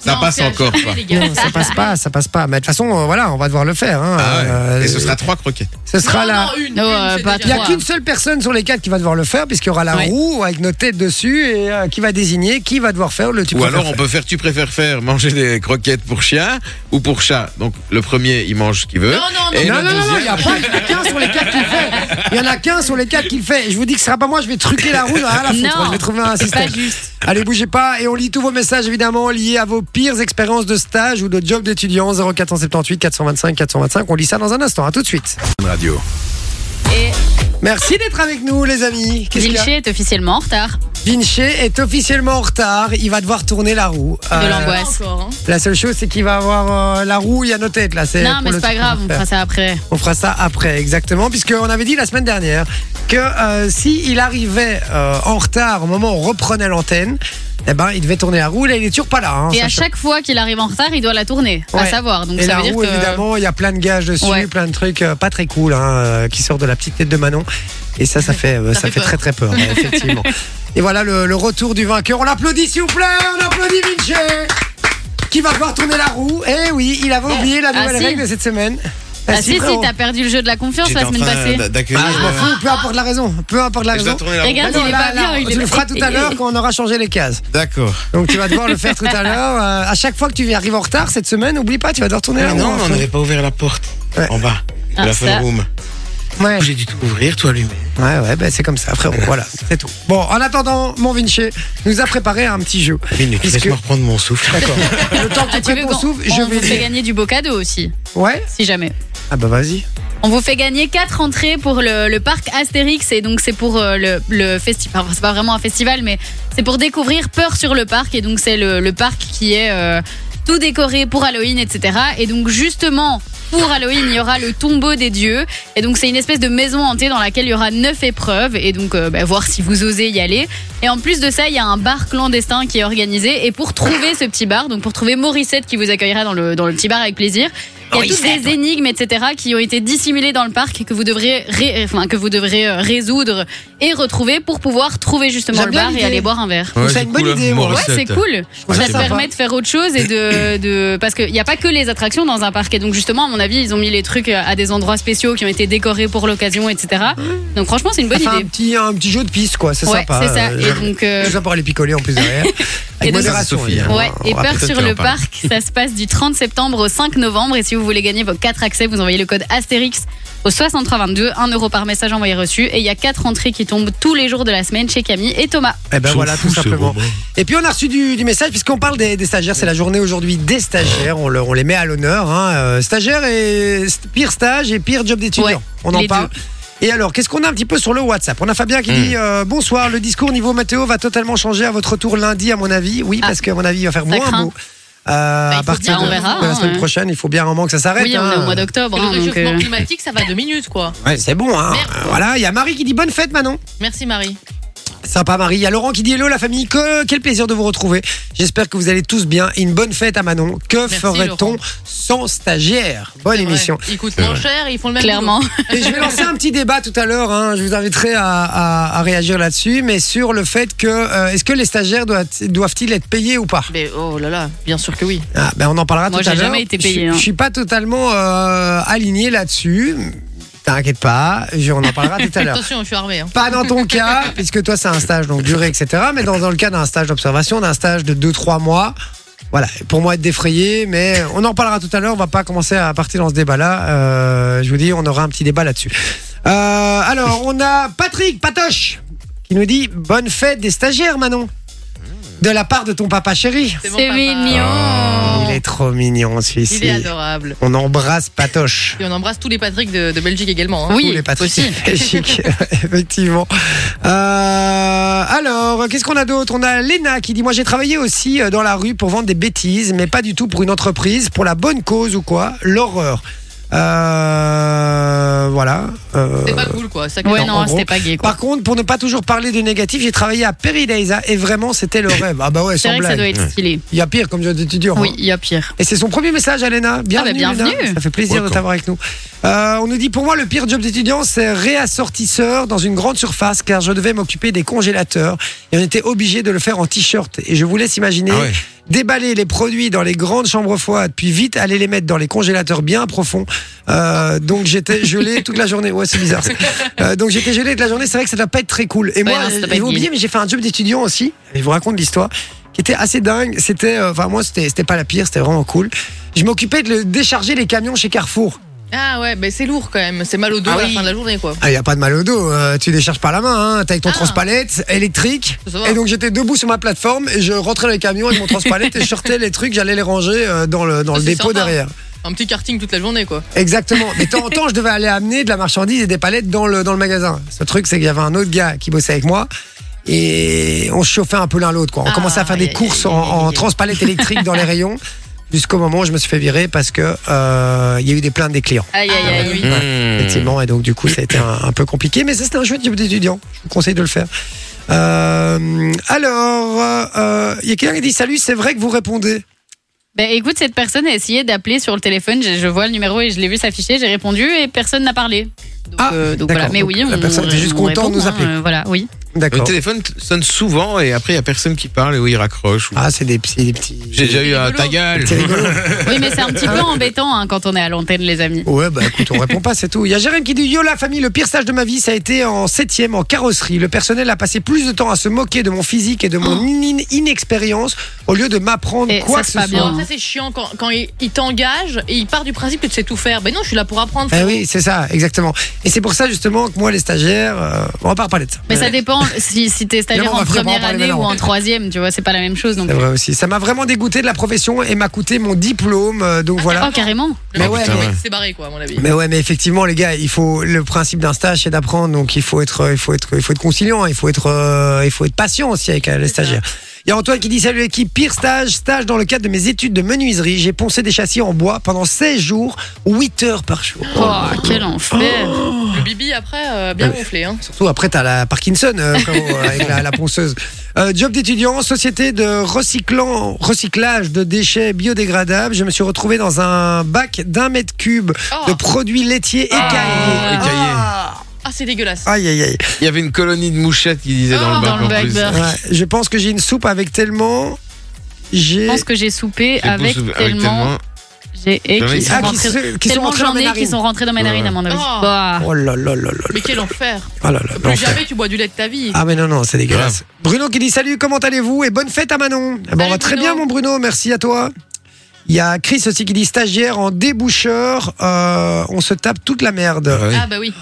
B: ça
C: Non,
B: passe
C: c'est à
B: encore,
C: jamais,
B: quoi.
C: les gars.
A: Non, ça passe pas, ça passe pas. Mais de toute façon, euh, voilà, on va devoir le faire. hein.
B: Ah ouais.
A: Euh,
B: Et ce sera trois croquettes.
A: ce sera
C: Non,
A: la-
C: non, une,
D: Non,
C: une,
D: euh,
C: c'est
D: pas
C: déjà
A: Il n'y a
C: trois.
A: qu'une seule personne sur les quatre qui va devoir le faire, puisqu'il y aura la
B: Oui.
A: roue avec nos têtes dessus et euh, qui va désigner qui va devoir faire le tu
B: Ou
A: préfères
B: alors, on
A: faire.
B: peut faire, tu préfères faire manger des croquettes pour chien ou pour chat. Donc, le premier, il mange ce qu'il veut.
C: Non, non, non.
B: Et
A: Non,
B: le
A: non, non, non,
B: deuxième-
A: il n'y a pas, il y en a qu'un sur les quatre qui le fait. Il y en a qu'un sur les quatre qui le fait. Et je vous dis que ce sera pas moi, je vais truquer la roue, j'en ai rien à la foutre.
D: Non.
A: je vais trouver un
D: C'est pas
A: système.
D: juste.
A: Allez, bougez pas et on lit tous vos messages évidemment liés à vos pires expériences de stage ou de job d'étudiant 0478 425 425. On lit ça dans un instant, à tout de suite.
B: Radio.
D: Et
A: Merci d'être avec nous les amis. Qu'est-ce qu'il y a
D: Vinci est officiellement en retard.
A: Vinci est officiellement en retard, il va devoir tourner la roue.
D: De
A: Euh,
D: l'angoisse.
C: Pas encore, hein.
A: La seule chose, c'est qu'il va avoir euh, la roue, il y a nos têtes là. c'est
D: non,
A: Eh, pour
D: mais
A: le
D: c'est pas
A: truc
D: grave,
A: qu'on
D: on
A: va
D: fera
A: faire.
D: ça après.
A: On fera ça après, exactement, puisqu'on avait dit la semaine dernière que euh, si il arrivait euh, en retard au moment où on reprenait l'antenne, eh ben, il devait tourner la roue. Là, il est toujours pas là. hein,
D: Et à
A: sachez-
D: chaque fois qu'il arrive en retard, il doit la tourner, à
A: Ouais.
D: savoir. Donc
A: Et
D: ça
A: la
D: veut dire
A: roue,
D: que.
A: évidemment, il y a plein de gages dessus,
D: Ouais.
A: plein de trucs euh, pas très cool hein, euh, qui sortent de la petite tête de Manon. Et ça, ça fait, euh, ça
C: Ça fait
A: fait très très peur, ouais, effectivement. Et voilà le, le retour du vainqueur. On l'applaudit, s'il vous plaît. On applaudit Vinci qui va devoir tourner la roue. Eh oui, il avait oublié la nouvelle
D: Ah, si.
A: règle de cette semaine. Bah,
D: Ah si, si,
A: frérot.
D: t'as perdu le jeu de la confiance
B: J'étais
D: la
B: en
D: semaine passée.
B: train d'accueillir. euh,
A: Ah, je m'en fous, peu importe la raison. Peu importe la
B: Je dois
A: raison.
B: tourner la roue.
D: Regarde,
A: Ah non,
D: il est
A: là,
D: pas
A: là,
D: bien. il
A: tu
D: est
A: le
D: pas-
A: feras tout à l'heure quand on aura changé les cases.
B: D'accord.
A: Donc tu vas devoir le faire tout à l'heure. Euh, à chaque fois que tu arrives en retard cette semaine, oublie pas, tu vas devoir hein, tourner la
B: Mais non,
A: roue.
B: on n'avait pas ouvert la porte
A: Ouais.
B: en bas de
D: Ah,
B: la
D: ça.
B: fun room.
A: Ouais,
B: J'ai dû tout ouvrir, tout allumer.
A: ouais, ouais, ben, c'est comme ça, frérot. Voilà, c'est tout. Bon, en attendant, mon Vinci nous a préparé un petit jeu.
B: Minute,
A: Puisque-
B: laisse-moi reprendre mon souffle.
A: D'accord. Le temps que
D: Ah,
A: tu
D: tu veux
A: prennes ton
D: qu'on
A: souffle,
D: on
A: je
D: vous
A: vais
D: fait
A: dire.
D: gagner du beau cadeau aussi,
A: Ouais
D: si jamais.
A: Ah bah vas-y.
D: On vous fait gagner quatre entrées pour le, le parc Astérix et donc c'est pour euh, le, le festival. Enfin, c'est pas vraiment un festival, mais c'est pour découvrir Peur sur le parc et donc c'est le, le parc qui est euh, tout décoré pour Halloween, etc. Et donc justement, pour Halloween, il y aura le tombeau des dieux. Et donc, c'est une espèce de maison hantée dans laquelle il y aura neuf épreuves. Et donc, euh, bah, voir si vous osez y aller. Et en plus de ça, il y a un bar clandestin qui est organisé. Et pour trouver ce petit bar, donc pour trouver Morissette qui vous accueillera dans le, dans le petit bar avec plaisir, il y a toutes des énigmes, etc., qui ont été dissimulées dans le parc et que vous devrez, ré- enfin, que vous devrez euh, résoudre et retrouver pour pouvoir trouver justement
A: J'aime
D: le
A: bien
D: bar et
A: l'idée.
D: aller boire un verre.
A: c'est une bonne idée, moi.
D: Ouais, c'est cool.
A: Ouais,
D: ça
A: c'est
D: te
A: sympa.
D: permet de faire autre chose et de, de parce qu'il n'y a pas que les attractions dans un parc. Et donc justement, à mon avis, ils ont mis les trucs euh, à des endroits spéciaux qui ont été décorés pour l'occasion, etc. Donc franchement, c'est une bonne
A: Ça fait un
D: idée.
A: petit, un petit jeu de piste, quoi. C'est
D: ouais,
A: sympa.
D: c'est ça.
A: euh,
D: Et
A: j'aime-
D: donc, euh,
A: Tout ça pour aller picoler en plus derrière. Avec
D: donc-
A: modération.
B: Sophie,
A: évidemment.
D: ouais.
B: on
D: Et
B: va
D: peur
B: peut-être
D: sur
B: faire
D: le
B: un parc.
D: parc, ça se passe du 30 septembre au 5 novembre. Et si vous voulez gagner vos 4 accès, vous envoyez le code Astérix au 6322, 1 euro par message envoyé reçu. Et il y a 4 entrées qui tombent tous les jours de la semaine chez Camille et Thomas.
A: Eh ben
B: S'en
A: voilà,
B: fout,
A: tout
B: ce
A: simplement.
B: robot.
A: Et puis on a reçu du, du message, puisqu'on parle des, des stagiaires, c'est la journée aujourd'hui des stagiaires, on, leur- on les met à l'honneur. Hein. Euh, Stagiaires et st- pire stage et pire job d'étudiant.
D: Ouais,
A: on en
D: les
A: parle. Et alors, qu'est-ce qu'on a un petit peu sur le WhatsApp On a Fabien qui
B: Mm.
A: dit euh, Bonsoir, le discours niveau météo va totalement changer à votre retour lundi, à mon avis. Oui,
D: Ah.
A: parce qu'à mon avis, il va faire
D: Ça
A: moins
D: craint. Bah,
A: beau. Euh,
C: il
A: à
C: faut
A: partir
C: dire,
A: de,
C: on verra,
A: de la
D: hein,
A: semaine
D: ouais.
A: prochaine, il faut bien un moment que ça s'arrête.
D: Oui,
A: hein.
D: on est au mois d'octobre.
C: Le
D: hein, donc,
C: réchauffement
D: euh,
C: climatique, ça va deux minutes, quoi.
A: Ouais, c'est bon, hein.
C: Merde.
A: Euh, Voilà, il y a Marie qui dit bonne fête, Manon.
C: Merci, Marie.
A: Sympa Marie. Il y a Laurent qui dit hello la famille. Que, quel plaisir de vous retrouver. J'espère que vous allez tous bien. Et une bonne fête à Manon. Que
C: Merci,
A: ferait-on
C: Laurent.
A: sans stagiaire Bonne
C: C'est vrai.
A: émission.
C: Ils coûtent
B: C'est
C: moins
B: vrai.
C: cher, ils font le même
D: clairement.
A: Et je vais lancer un petit débat tout à l'heure. hein. Je vous inviterai à, à- à réagir là-dessus, mais sur le fait que euh, est-ce que les stagiaires doivent- doivent-ils être payés ou pas
C: boulot. Mais oh là là, bien sûr que oui.
A: Ah, ben on en parlera
D: Moi,
A: tout à
D: j'ai
A: l'heure.
D: jamais été payé,
A: Je-
D: hein.
A: Je, suis pas totalement euh, aligné là-dessus. T'inquiète pas, je- on en parlera tout à l'heure.
C: Attention, je suis armée. hein.
A: Pas dans ton cas, puisque toi c'est un stage donc durée, etc. Mais dans, dans le cas d'un stage d'observation, d'un stage de 2-3 mois, voilà, pour moi être défrayé, mais on en reparlera tout à l'heure, on va pas commencer à partir dans ce débat-là. Euh, je vous dis, on aura un petit débat là-dessus. Euh, alors, on a Patrick Patoche qui nous dit Bonne fête des stagiaires, Manon, de la part de ton papa chéri.
C: C'est mon
D: C'est
C: papa.
D: mignon.
A: Ah, Il est trop mignon
C: Il est
A: celui-ci.
C: adorable.
A: On embrasse Patoche.
C: Et on embrasse tous les Patrick de, de Belgique également. hein.
D: Oui,
A: Tous les Patrick.
D: aussi.
A: C'est chic, effectivement. Euh, alors, qu'est-ce qu'on a d'autre On a Léna qui dit Moi, j'ai travaillé aussi euh, dans la rue pour vendre des bêtises, mais pas du tout pour une entreprise, pour la bonne cause ou quoi. L'horreur. Euh, voilà. Euh,
C: C'est pas cool, quoi. Ça,
D: Ouais,
A: Non,
D: non,
A: en gros.
D: c'était pas gay. Quoi.
A: par contre, pour ne pas toujours parler du négatif, j'ai travaillé à Peridaisa et vraiment, c'était le rêve. Ah bah ouais,
D: C'est
A: sans
D: vrai que ça doit
A: blague.
D: être stylé.
A: Il y a pire comme jeune étudiant.
D: Oui,
A: hein.
D: il y a pire.
A: Et c'est son premier message à Léna. Bienvenue,
D: bienvenue.
A: Léna. Ça fait plaisir de
B: Welcome.
A: t'avoir avec nous. Euh, on nous dit pour moi, le pire job d'étudiant, c'est réassortisseur dans une grande surface car je devais m'occuper des congélateurs et on était obligé de le faire en t-shirt. Et je vous laisse imaginer
B: Ah ouais.
A: déballer les produits dans les grandes chambres froides, puis vite aller les mettre dans les congélateurs bien profonds. Euh, donc j'étais gelé toute la journée. Ouais, c'est bizarre. ça. Euh, donc j'étais gelé toute la journée. C'est vrai que ça doit pas être très cool. Et
D: Ouais,
A: moi,
D: non, ça doit pas
A: j'ai
D: être
A: oublié,
D: gay.
A: mais j'ai fait un job d'étudiant aussi. Et je vous raconte l'histoire qui était assez dingue. C'était, euh, enfin moi, c'était, c'était pas la pire. C'était vraiment cool. Je m'occupais de le- décharger les camions chez Carrefour.
C: Ah ouais, mais c'est lourd quand même. C'est mal au dos
A: Ah
C: à la
A: oui.
C: fin de la journée, quoi.
A: Ah, y a pas de mal au dos. euh, tu décharges par la main. Hein. T'es avec ton
C: Ah.
A: transpalette électrique.
C: Ça va.
A: Et donc j'étais debout sur ma plateforme et je rentrais dans les camions avec mon transpalette et je sortais les trucs. J'allais les ranger euh, dans le dans
C: Ça,
A: le
C: c'est
A: dépôt
C: sympa.
A: derrière.
C: Un petit karting toute la journée, quoi.
A: Exactement. Mais de temps en temps, je devais aller amener de la marchandise et des palettes dans le, dans le magasin. Ce truc, c'est qu'il y avait un autre gars qui bossait avec moi. Et on se chauffait un peu l'un l'autre. Quoi. On
C: Ah,
A: commençait à faire
C: aïe,
A: des
C: aïe,
A: courses
C: aïe,
A: en,
C: aïe, aïe,
A: en
C: aïe.
A: transpalette électrique dans les rayons. Jusqu'au moment où je me suis fait virer parce que euh, il y a eu des plaintes des clients.
D: Aïe, aïe, aïe.
C: Ah, oui.
D: Hmm.
B: Mmh.
A: Effectivement. Et donc, du coup, ça a été un, un peu compliqué. Mais ça, c'était un jeu d'étudiant. Je vous conseille de le faire. Euh, alors, euh, euh, il y a quelqu'un qui dit Salut, c'est vrai que vous répondez.
D: Ben, écoute, cette personne a essayé d'appeler sur le téléphone. Je, je vois le numéro et je l'ai vu s'afficher. J'ai répondu et personne n'a parlé. Donc,
A: Ah,
D: euh, donc
A: d'accord.
D: voilà. Mais
A: Donc,
D: oui, on,
A: la personne était juste
D: on
A: contente de
D: répond,
A: nous appeler.
D: hein, euh, voilà, oui.
B: Le
A: D'accord.
B: téléphone t- sonne souvent et après il y a personne qui parle et où il raccroche. ou-
A: Ah, c'est des, petits- des petits.
B: J'ai déjà eu
C: rigolo.
B: un ta gueule.
A: C'est rigolo.
D: Oui, mais c'est un petit peu
A: Ah
D: embêtant hein, quand on est à l'antenne, les amis.
A: Ouais, bah écoute, on répond pas, c'est tout. Il y a Jérém qui dit Yo la famille, le pire stage de ma vie, ça a été en septième, en carrosserie. Le personnel a passé plus de temps à se moquer de mon physique et de mon in- inexpérience au lieu de m'apprendre
D: Et
A: quoi
D: ça,
A: que
D: c'est
A: ce
D: pas
A: soit.
D: bien.
C: Non, ça c'est chiant quand, quand il, il t'engage et il part du principe que tu sais tout faire. Ben non, je suis là pour apprendre.
A: Eh oui, c'est ça, exactement. Et c'est pour ça justement que moi, les stagiaires, euh, on part pas là
D: Mais ça dépend si, si t'es stagiaire
A: Non, on va
D: en
A: vraiment
D: première
A: parler
D: année ou
A: maintenant.
D: en troisième, tu vois, c'est pas la même chose. Donc.
A: C'est vrai aussi. Ça m'a vraiment dégoûté de la profession et m'a coûté mon diplôme. euh, donc voilà.
D: Oh, carrément.
C: Le
A: mais
C: mec,
A: ouais,
C: il
B: mais-
C: s'est barré, quoi, à mon avis.
A: Mais ouais, mais effectivement, les gars, il faut le principe d'un stage, c'est d'apprendre. Donc il faut être, il faut être, il faut être conciliant, il faut être, euh, il faut être patient aussi avec euh, les stagiaires. Il y a Antoine qui dit Salut l'équipe, pire stage, stage dans le cadre de mes études de menuiserie. J'ai poncé des châssis en bois pendant 16 jours, 8 heures par jour.
D: Oh, quel enfer.
A: Oh.
C: Le bibi après, euh, bien
A: Ouais.
C: gonflé. Hein.
A: Surtout après, t'as la Parkinson euh, quand- euh, avec la, la ponceuse. Euh, job d'étudiant, société de recyclant, recyclage de déchets biodégradables. Je me suis retrouvé dans un bac d'un mètre cube
C: Oh.
A: de produits laitiers
C: Ah.
A: écaillés.
B: Écaillés.
C: Ah, c'est dégueulasse.
A: Aïe, aïe, aïe.
B: Il y avait une colonie de mouchettes qui disait dans le
C: Ah,
B: bac
D: dans le
B: en
D: bac,
B: plus.
D: bah.
A: Ouais, je pense que j'ai une soupe avec tellement. J'ai.
D: Je pense que j'ai soupé
B: C'est
D: avec,
B: pour-
D: tellement. J'ai et
B: J'avais-
D: qui sont
A: Ah, qui
D: rentrés-
A: se- qui sont
D: tellement
A: rentrés dans
D: j'en
A: mes
D: ai qui
A: narines.
D: sont rentrés dans mes narines à mon avis.
C: Oh.
D: Bah.
A: Oh là là là là là.
C: Mais quel enfer.
A: Oh là là,
C: Plus
A: l'enfer.
C: jamais tu bois du lait de ta vie.
A: Ah mais non non c'est dégueulasse. Bruno qui dit salut comment allez-vous et bonne fête à Manon. Eh ben, on
C: Salut,
A: va très
C: Bruno.
A: bien mon Bruno merci à toi. Il y a Chris aussi qui dit stagiaire en déboucheur euh, on se tape toute la merde.
B: Ah oui.
C: Ah, bah oui.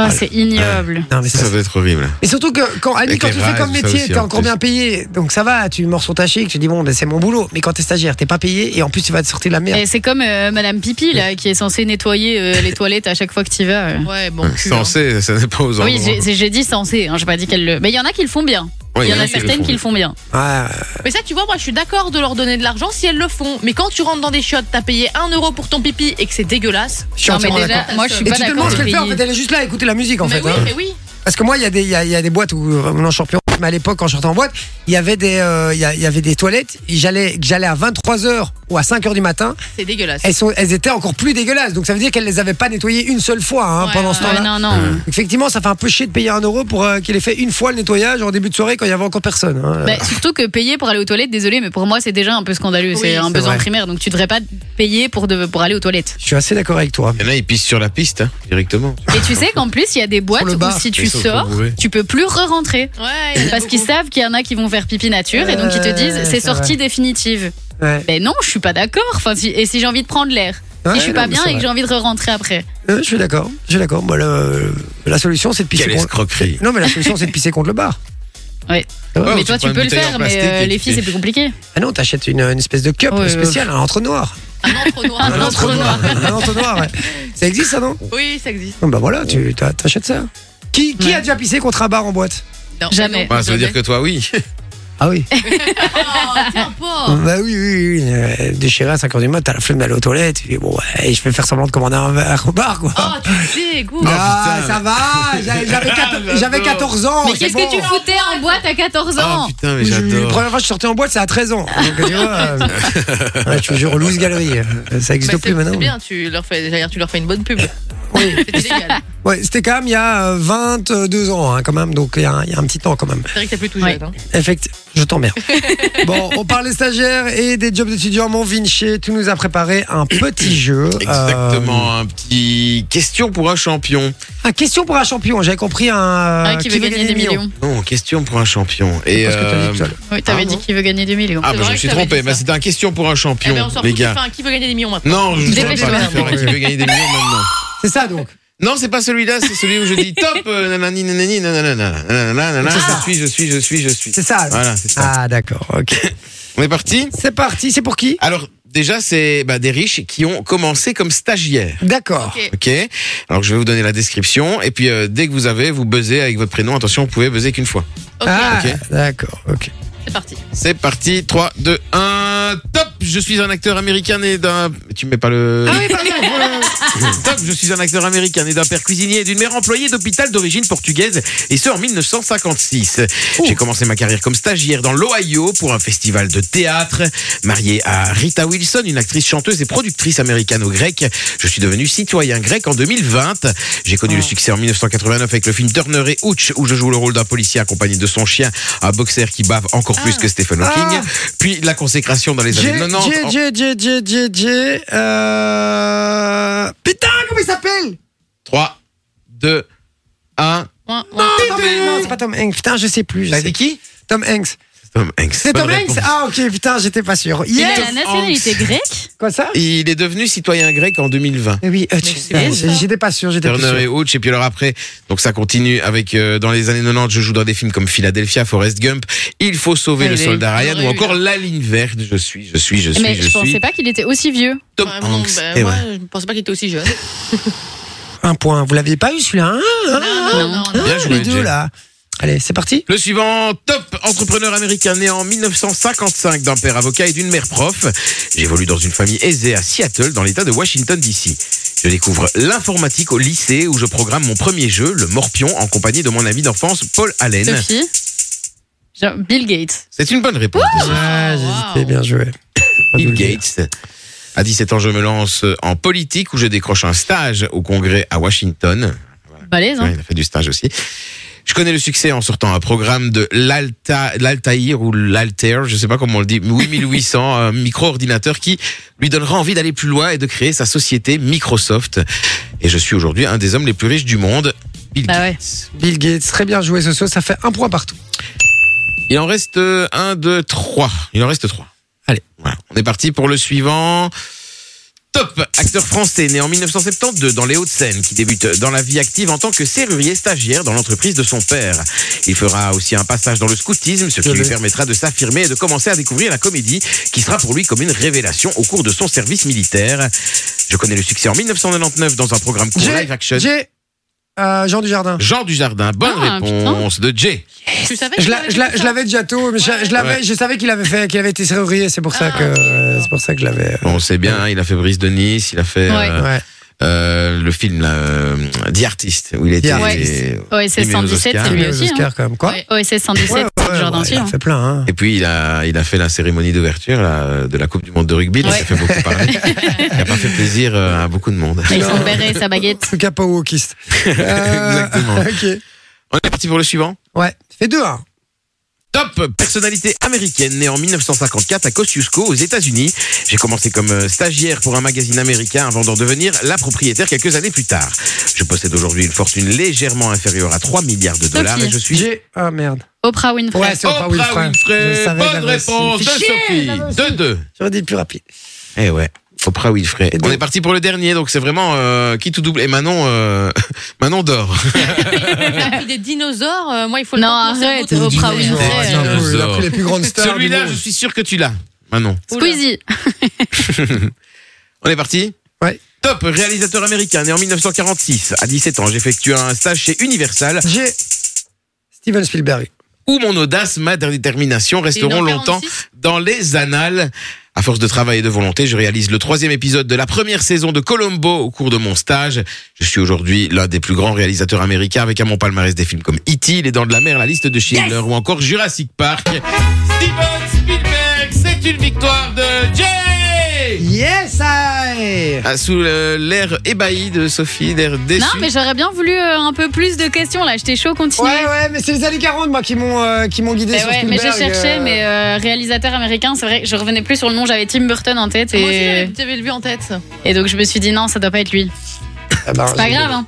D: Ah, c'est ignoble.
A: Non, mais
B: Ça,
A: c'est-
B: ça doit être horrible.
A: Et surtout que quand Annie,
B: Avec
A: quand
B: les
A: tu fais
B: raies,
A: comme
B: tout ça
A: métier,
B: aussi, hein,
A: t'es
B: en
A: encore bien payé. Donc ça va, tu mords sur ta chic, tu dis bon ben c'est mon boulot. Mais quand t'es stagiaire, t'es pas payé et en plus tu vas te sortir de la merde.
D: Et c'est comme euh, Madame Pipi là, qui est censée nettoyer euh, les toilettes à chaque fois que tu vas. euh.
C: Ouais, bon. cul, hein.
B: Censé, ça n'est pas aux
D: Oui,
B: endroits.
D: j'ai- c'est- j'ai dit censé. Hein, j'ai pas dit qu'elle le. Mais il y en a qui le font bien.
B: Ouais,
D: Il y en a
C: qui le
D: certaines qui le font bien.
A: Ouais, ouais.
C: Mais ça, tu vois, moi, je suis d'accord de leur donner de l'argent si elles le font. Mais quand tu rentres dans des chiottes, t'as payé 1 euro pour ton pipi et que c'est dégueulasse.
A: je suis
D: Non, mais
A: entièrement
D: déjà,
A: d'accord.
D: moi je suis
A: Et
D: pas
A: tu te
D: d'accord.
A: demandes ce
D: de
A: qu'elle fait en
D: payer.
A: fait, elle est juste là à écouter la musique en
C: mais
A: fait.
C: oui,
A: hein.
C: mais oui.
A: Parce que moi, il y, a des- il y a, il y a des boîtes où, euh, non, je ne plus, mais à l'époque, quand je sortais en boîte, il y avait des, euh, il y a- il y avait des toilettes. et J'allais, que j'allais à 23h ou à 5h du matin.
C: C'est dégueulasse.
A: Elles, sont, elles étaient encore plus dégueulasses. Donc, ça veut dire qu'elles les avaient pas nettoyées une seule fois hein,
C: Ouais,
A: pendant ce
C: ouais,
D: Ouais,
A: temps-là.
D: Euh, non, non.
A: Effectivement, ça fait un peu chier de payer un euro pour euh, qu'il ait fait une fois le nettoyage en début de soirée quand il y avait encore personne. hein.
D: Bah, surtout que payer pour aller aux toilettes, désolé, mais pour moi c'est déjà un peu scandaleux.
C: Oui,
D: c'est un
C: c'est
D: besoin
A: vrai.
D: primaire, donc tu devrais pas payer pour, de, pour aller aux toilettes.
A: Je suis assez d'accord avec toi.
B: Il y en a, ils pissent sur la piste, hein, directement.
D: Et tu sais qu'en plus il y a des boîtes
A: le
D: où
A: bar.
D: si tu
B: Ils sont
D: sors,
B: trop bourrés.
D: tu peux plus re-rentrer.
C: Ouais, il y en a
D: Parce qu'ils
C: beaucoup.
D: savent qu'il y en a qui vont faire pipi nature et donc ils te
A: Ouais,
D: disent
A: c'est
D: c'est sortie définitive.
A: Ouais.
D: Ben non, je suis pas d'accord. Enfin, si- et si j'ai envie de prendre l'air Si
A: Ouais,
D: je suis
A: non,
D: pas
A: mais
D: bien
A: c'est
D: et que
A: vrai.
D: j'ai envie de re-rentrer après.
A: Euh, je suis d'accord. Je suis d'accord. Moi, le- la solution, c'est de pisser
B: Quelle
A: contre.
B: escroquerie.
A: Non, mais la solution, c'est de pisser contre le bar.
B: Ouais,
D: mais
B: ou
D: toi,
B: Oh, tu prends
D: tu
B: une
D: peux le
B: bouteille en
D: faire, mais
B: plastique
D: euh,
B: et
D: les
B: tu
D: filles, c'est
B: fais-
D: plus compliqué.
A: Ah non, t'achètes une, une espèce de cup
D: Ouais, ouais.
A: spéciale, un entonnoir.
C: Un entonnoir.
D: Un entonnoir.
A: un entonnoir, ouais. Ça existe, ça, non
C: Oui, ça existe.
A: Bah voilà, tu t'a- t'achètes ça. Qui, qui a
D: Ouais.
A: déjà pissé contre un bar en boîte
C: Non,
D: Jamais.
C: non,
B: Bah, ça veut dire que toi, oui.
A: Ah oui.
C: Oh, tiens, pas.
A: bah oui, oui, oui. Euh, déchiré à 5h du mat, t'as la flemme d'aller aux toilettes. Tu dis, bon, ouais, je vais faire semblant de commander un verre au bar, quoi.
C: Oh, tu dégoûtes.
A: Ah,
B: putain.
A: ça va, j'a- j'avais quator- j'avais 14 ans.
D: Oh, Mais
A: c'est
D: qu'est-ce
A: bon.
D: que tu foutais en boîte à 14
B: Ah
D: ans
B: putain, mais
A: Je- La
B: j'adore.
A: première fois que je sortais en boîte, c'est à 13 ans. Donc, tu vois, euh, ouais, je te jure, loose galerie. Euh, Ça
C: Bah,
A: existe
C: c'est
A: plus maintenant.
C: c'est bien, tu leur, fais, d'ailleurs, tu leur fais une bonne pub.
A: Oui.
C: C'était légal.
A: Ouais, c'était quand même il y a euh, 22 ans, hein, quand même. Donc, il y, a un- il y a un petit temps, quand même.
C: C'est vrai que t'es plus tout
D: Ouais.
C: jeune. hein.
A: Effectivement, je t'emmerde. bon, on parle des stagiaires et des jobs d'étudiants. Mon Vinci, tu nous as préparé un petit jeu. Euh,
B: Exactement, un petit question pour un champion.
A: ah, question pour un champion. J'avais compris un.
D: Ah, qui veut gagner des millions.
B: Non, question pour un champion. Et
A: Parce que t'as dit
B: euh,
A: tout à l'heure.
D: Oui, t'avais
A: Ah,
D: dit
A: non.
D: qu'il veut gagner des millions.
B: ah bah
C: C'est
B: je
C: vrai
B: me
C: que
B: suis
C: t'avais dit
B: trompé. Bah,
C: ça.
B: c'était un question pour un
C: Eh
B: champion,
C: ben, on s'en fout,
B: les
C: qui,
B: gars.
C: fait un- qui veut gagner des millions maintenant
B: Non, je ne sais pas
D: Dépêche-toi.
B: qui ferait- qui veut gagner des millions maintenant.
A: C'est ça donc.
B: Non, c'est pas celui-là, c'est celui où je dis top, euh, nanani, nanani, nanana, nanana, nanana,
A: C'est ça.
B: je suis, je suis, je suis, je suis.
A: C'est ça.
B: Voilà, c'est ça.
A: Ah d'accord. Ok.
B: On est parti
A: C'est parti. C'est pour qui
B: Alors, déjà, c'est bah, des riches qui ont commencé comme stagiaires.
A: D'accord.
C: Ok.
B: Ok Alors, je vais vous donner la description. Et puis, euh, dès que vous avez, vous buzzez avec votre prénom. Attention, vous pouvez buzzer qu'une fois.
C: Ok,
D: Hein
A: Ah,
B: Ok.
A: d'accord. Ok.
C: c'est parti.
B: C'est parti. 3, 2, 1. Top Je suis un acteur américain et d'un. Tu mets pas le.
A: Ah oui, pardon.
B: Top, je suis un acteur américain né d'un père cuisinier et d'une mère employée d'hôpital d'origine portugaise, et ce en 1956.
A: Oh.
B: J'ai commencé ma carrière comme stagiaire dans l'Ohio pour un festival de théâtre. Marié à Rita Wilson, une actrice chanteuse et productrice américano-grecque, je suis devenu citoyen grec en 2020. J'ai connu
A: Ah.
B: le succès en 1989 avec le film Turner et Hooch, où je joue le rôle d'un policier accompagné de son chien, un boxeur qui bave encore plus que Stephen Hawking.
A: Ah.
B: Puis la consécration dans les
A: J,
B: années 90. en-
A: J, J, J, J, J, J. Euh... Putain, comment il s'appelle
B: 3, 2, 1.
C: Ouin, ouin.
A: Non, Tom Hanks. Non, c'est pas Tom Hanks. Putain, je sais plus. je
B: T'as
A: sais
B: dit qui
A: plus. Tom Hanks.
B: Tom Hanks.
A: C'est
B: Bonne
A: Tom
B: réponse.
A: Hanks Ah ok, putain, j'étais pas sûr.
D: Il
A: Yes
D: a la nationalité grecque
A: Quoi ça
B: Il est devenu citoyen grec en 2020.
A: Eh Oui, euh, tu-
C: c'est bien, ça.
A: j'étais pas sûr, j'étais pas
B: Turner et
A: sûr.
B: Hooch, et puis alors après, donc ça continue avec euh, dans les années 90, je joue dans des films comme Philadelphia, Forrest Gump, Il faut sauver
D: Ah,
B: le
D: il est Eh
B: soldat Ryan
C: horrible.
B: ou encore La ligne verte. Je suis, je suis, je suis,
D: Mais
B: je,
D: je
B: suis.
D: pensais pas qu'il était aussi vieux.
B: Tom
C: Ouais, non,
B: Hanks.
D: ben
C: bah,
B: Eh
C: moi,
B: ouais.
C: je ne pensais pas qu'il était aussi jeune.
A: Un point, vous l'aviez pas eu celui-là hein
C: non, non, non.
B: Bien
A: Ah,
B: joué,
A: Les deux
B: Jay.
A: là. Allez, c'est parti.
B: Le suivant, top entrepreneur américain né en 1955 d'un père avocat et d'une mère prof. J'évolue dans une famille aisée à Seattle, dans l'état de Washington DC. Je découvre l'informatique au lycée où je programme mon premier jeu, le Morpion, en compagnie de mon ami d'enfance, Paul Allen.
D: Sophie Jean- Bill Gates.
B: C'est une bonne réponse.
A: Ouais, j'hésitais, bien joué.
B: Bill Gates. À 17 ans, je me lance en politique où je décroche un stage au congrès à Washington.
D: Balèze,
B: Ouais,
D: hein
B: il a fait du stage aussi. Je connais le succès en sortant un programme de l'Alta- l'Altair ou l'Altair, je sais pas comment on le dit, mais 8800, un euh, micro-ordinateur qui lui donnera envie d'aller plus loin et de créer sa société Microsoft. Et je suis aujourd'hui un des hommes les plus riches du monde. Bill
D: Bah ouais.
B: Gates.
A: Bill Gates, très bien joué ce soir, ça fait un point partout.
B: Il en reste euh, un, deux, trois. Il en reste trois.
A: Allez.
B: Voilà. On est parti pour le suivant. Top Acteur français né en 1972 dans les Hauts-de-Seine, qui débute dans la vie active en tant que serrurier stagiaire dans l'entreprise de son père. Il fera aussi un passage dans le scoutisme, ce qui
A: Je
B: lui
A: l'ai.
B: permettra de s'affirmer et de commencer à découvrir la comédie, qui sera pour lui comme une révélation au cours de son service militaire. Je connais le succès en 1999 dans un programme court
A: J'ai-
B: live action.
A: J'ai euh, Jean Dujardin.
B: Jean Dujardin, bonne
D: Ah,
B: réponse de Jay.
C: Tu savais que
A: Je la-
C: j'avais
A: je la-
C: dit ça
A: je l'avais déjà tôt, mais je, je l'avais-
B: Ouais.
A: je savais qu'il avait fait, qu'il avait été serrurier, c'est pour ça
C: Ah,
A: que, euh, c'est pour ça que je l'avais. euh,
B: Bon, on sait bien, hein, il a fait Brice de Nice, il a fait
D: Ouais.
B: euh,
A: Ouais.
B: euh, le film là, euh, The Artist, où il était.
A: The Artist.
D: OSS
B: Nommé aux
D: 117,
B: Oscars.
D: c'est lui
A: Nommé aux
D: aussi.
A: Oscars, quand même. Quoi?
D: hein. OSS 117,
A: Ouais, ouais,
D: c'est le
A: ouais,
D: Jardin
A: ouais, il a
D: sûr.
A: fait plein, hein.
B: Et puis il a, il a fait la cérémonie d'ouverture là, de la Coupe du Monde de rugby, donc
D: Ouais.
B: ça fait beaucoup parler. Il a pas fait plaisir euh, à beaucoup de monde.
D: Avec son béret et sa baguette.
A: Le cas pas wokiste. Euh,
B: Exactement.
A: Ok.
B: On est parti pour le suivant.
A: Ouais. Fais deux, hein.
B: Top personnalité américaine née en 1954 à Kosciuszko aux États-Unis. J'ai commencé comme euh, stagiaire pour un magazine américain avant d'en devenir la propriétaire quelques années plus tard. Je possède aujourd'hui une fortune légèrement inférieure à 3 milliards de dollars et je suis
A: J'ai. Ah merde.
D: Oprah Winfrey.
A: Ouais, c'est Oprah Winfrey. Je savais que
B: Bonne
A: j'avais aussi.
B: réponse de
A: Fais chier,
B: Sophie.
A: j'avais aussi.
B: 2-2.
A: J'aurais dit le plus rapide.
B: Eh ouais. Oprah Winfrey.
A: Et donc-
B: On est parti pour le dernier, donc c'est vraiment euh, qui tout double. Et Manon, euh, Manon dort.
C: T'as pris des dinosaures, euh, moi il faut
D: Non,
C: le temps
D: arrête,
C: que mon cerveau
D: Oprah
C: tourne.
A: Oh,
D: Winfrey.
B: Ouais,
A: j'avoue,
B: dinosaure.
A: il a pris les plus grandes stars.
B: Celui-là,
A: du
B: je
A: monde.
B: suis sûr que tu l'as, Manon.
C: Oula.
D: Squeezie.
B: On est parti
A: Ouais.
B: Top réalisateur américain né en 1946. À 17 ans, j'effectue un stage chez Universal
A: J'ai. Steven Spielberg.
B: où mon audace, ma détermination resteront
C: Et non,
B: longtemps
C: 46.
B: dans les annales. À force de travail et de volonté, je réalise le troisième épisode de la première saison de Colombo au cours de mon stage. Je suis aujourd'hui l'un des plus grands réalisateurs américains avec à mon palmarès des films comme E.T., Les Dents de la Mer, La Liste de Schindler ou encore Jurassic Park. Steven Spielberg, c'est une victoire de Jay
A: Yes, I.
B: Ah, Sous le- l'air ébahi de Sophie, l'air déçu.
D: Non, mais j'aurais bien voulu euh, un peu plus de questions là. J'étais chaud, continue.
A: Ouais, ouais, mais c'est les années 40, moi, qui m'ont euh, qui m'ont guidé
D: Mais,
A: sur
D: Eh ouais, mais
A: Spielberg.
D: j'ai cherché,
A: euh,
D: mais euh, réalisateur américain, c'est vrai, que je revenais plus sur le nom, j'avais Tim Burton en tête
C: Moi aussi j'avais-
D: et,
C: j'avais le but en tête.
D: et donc je me suis dit non, ça doit pas être lui.
A: ah ben,
D: C'est pas
A: j'ai-
D: grave, hein.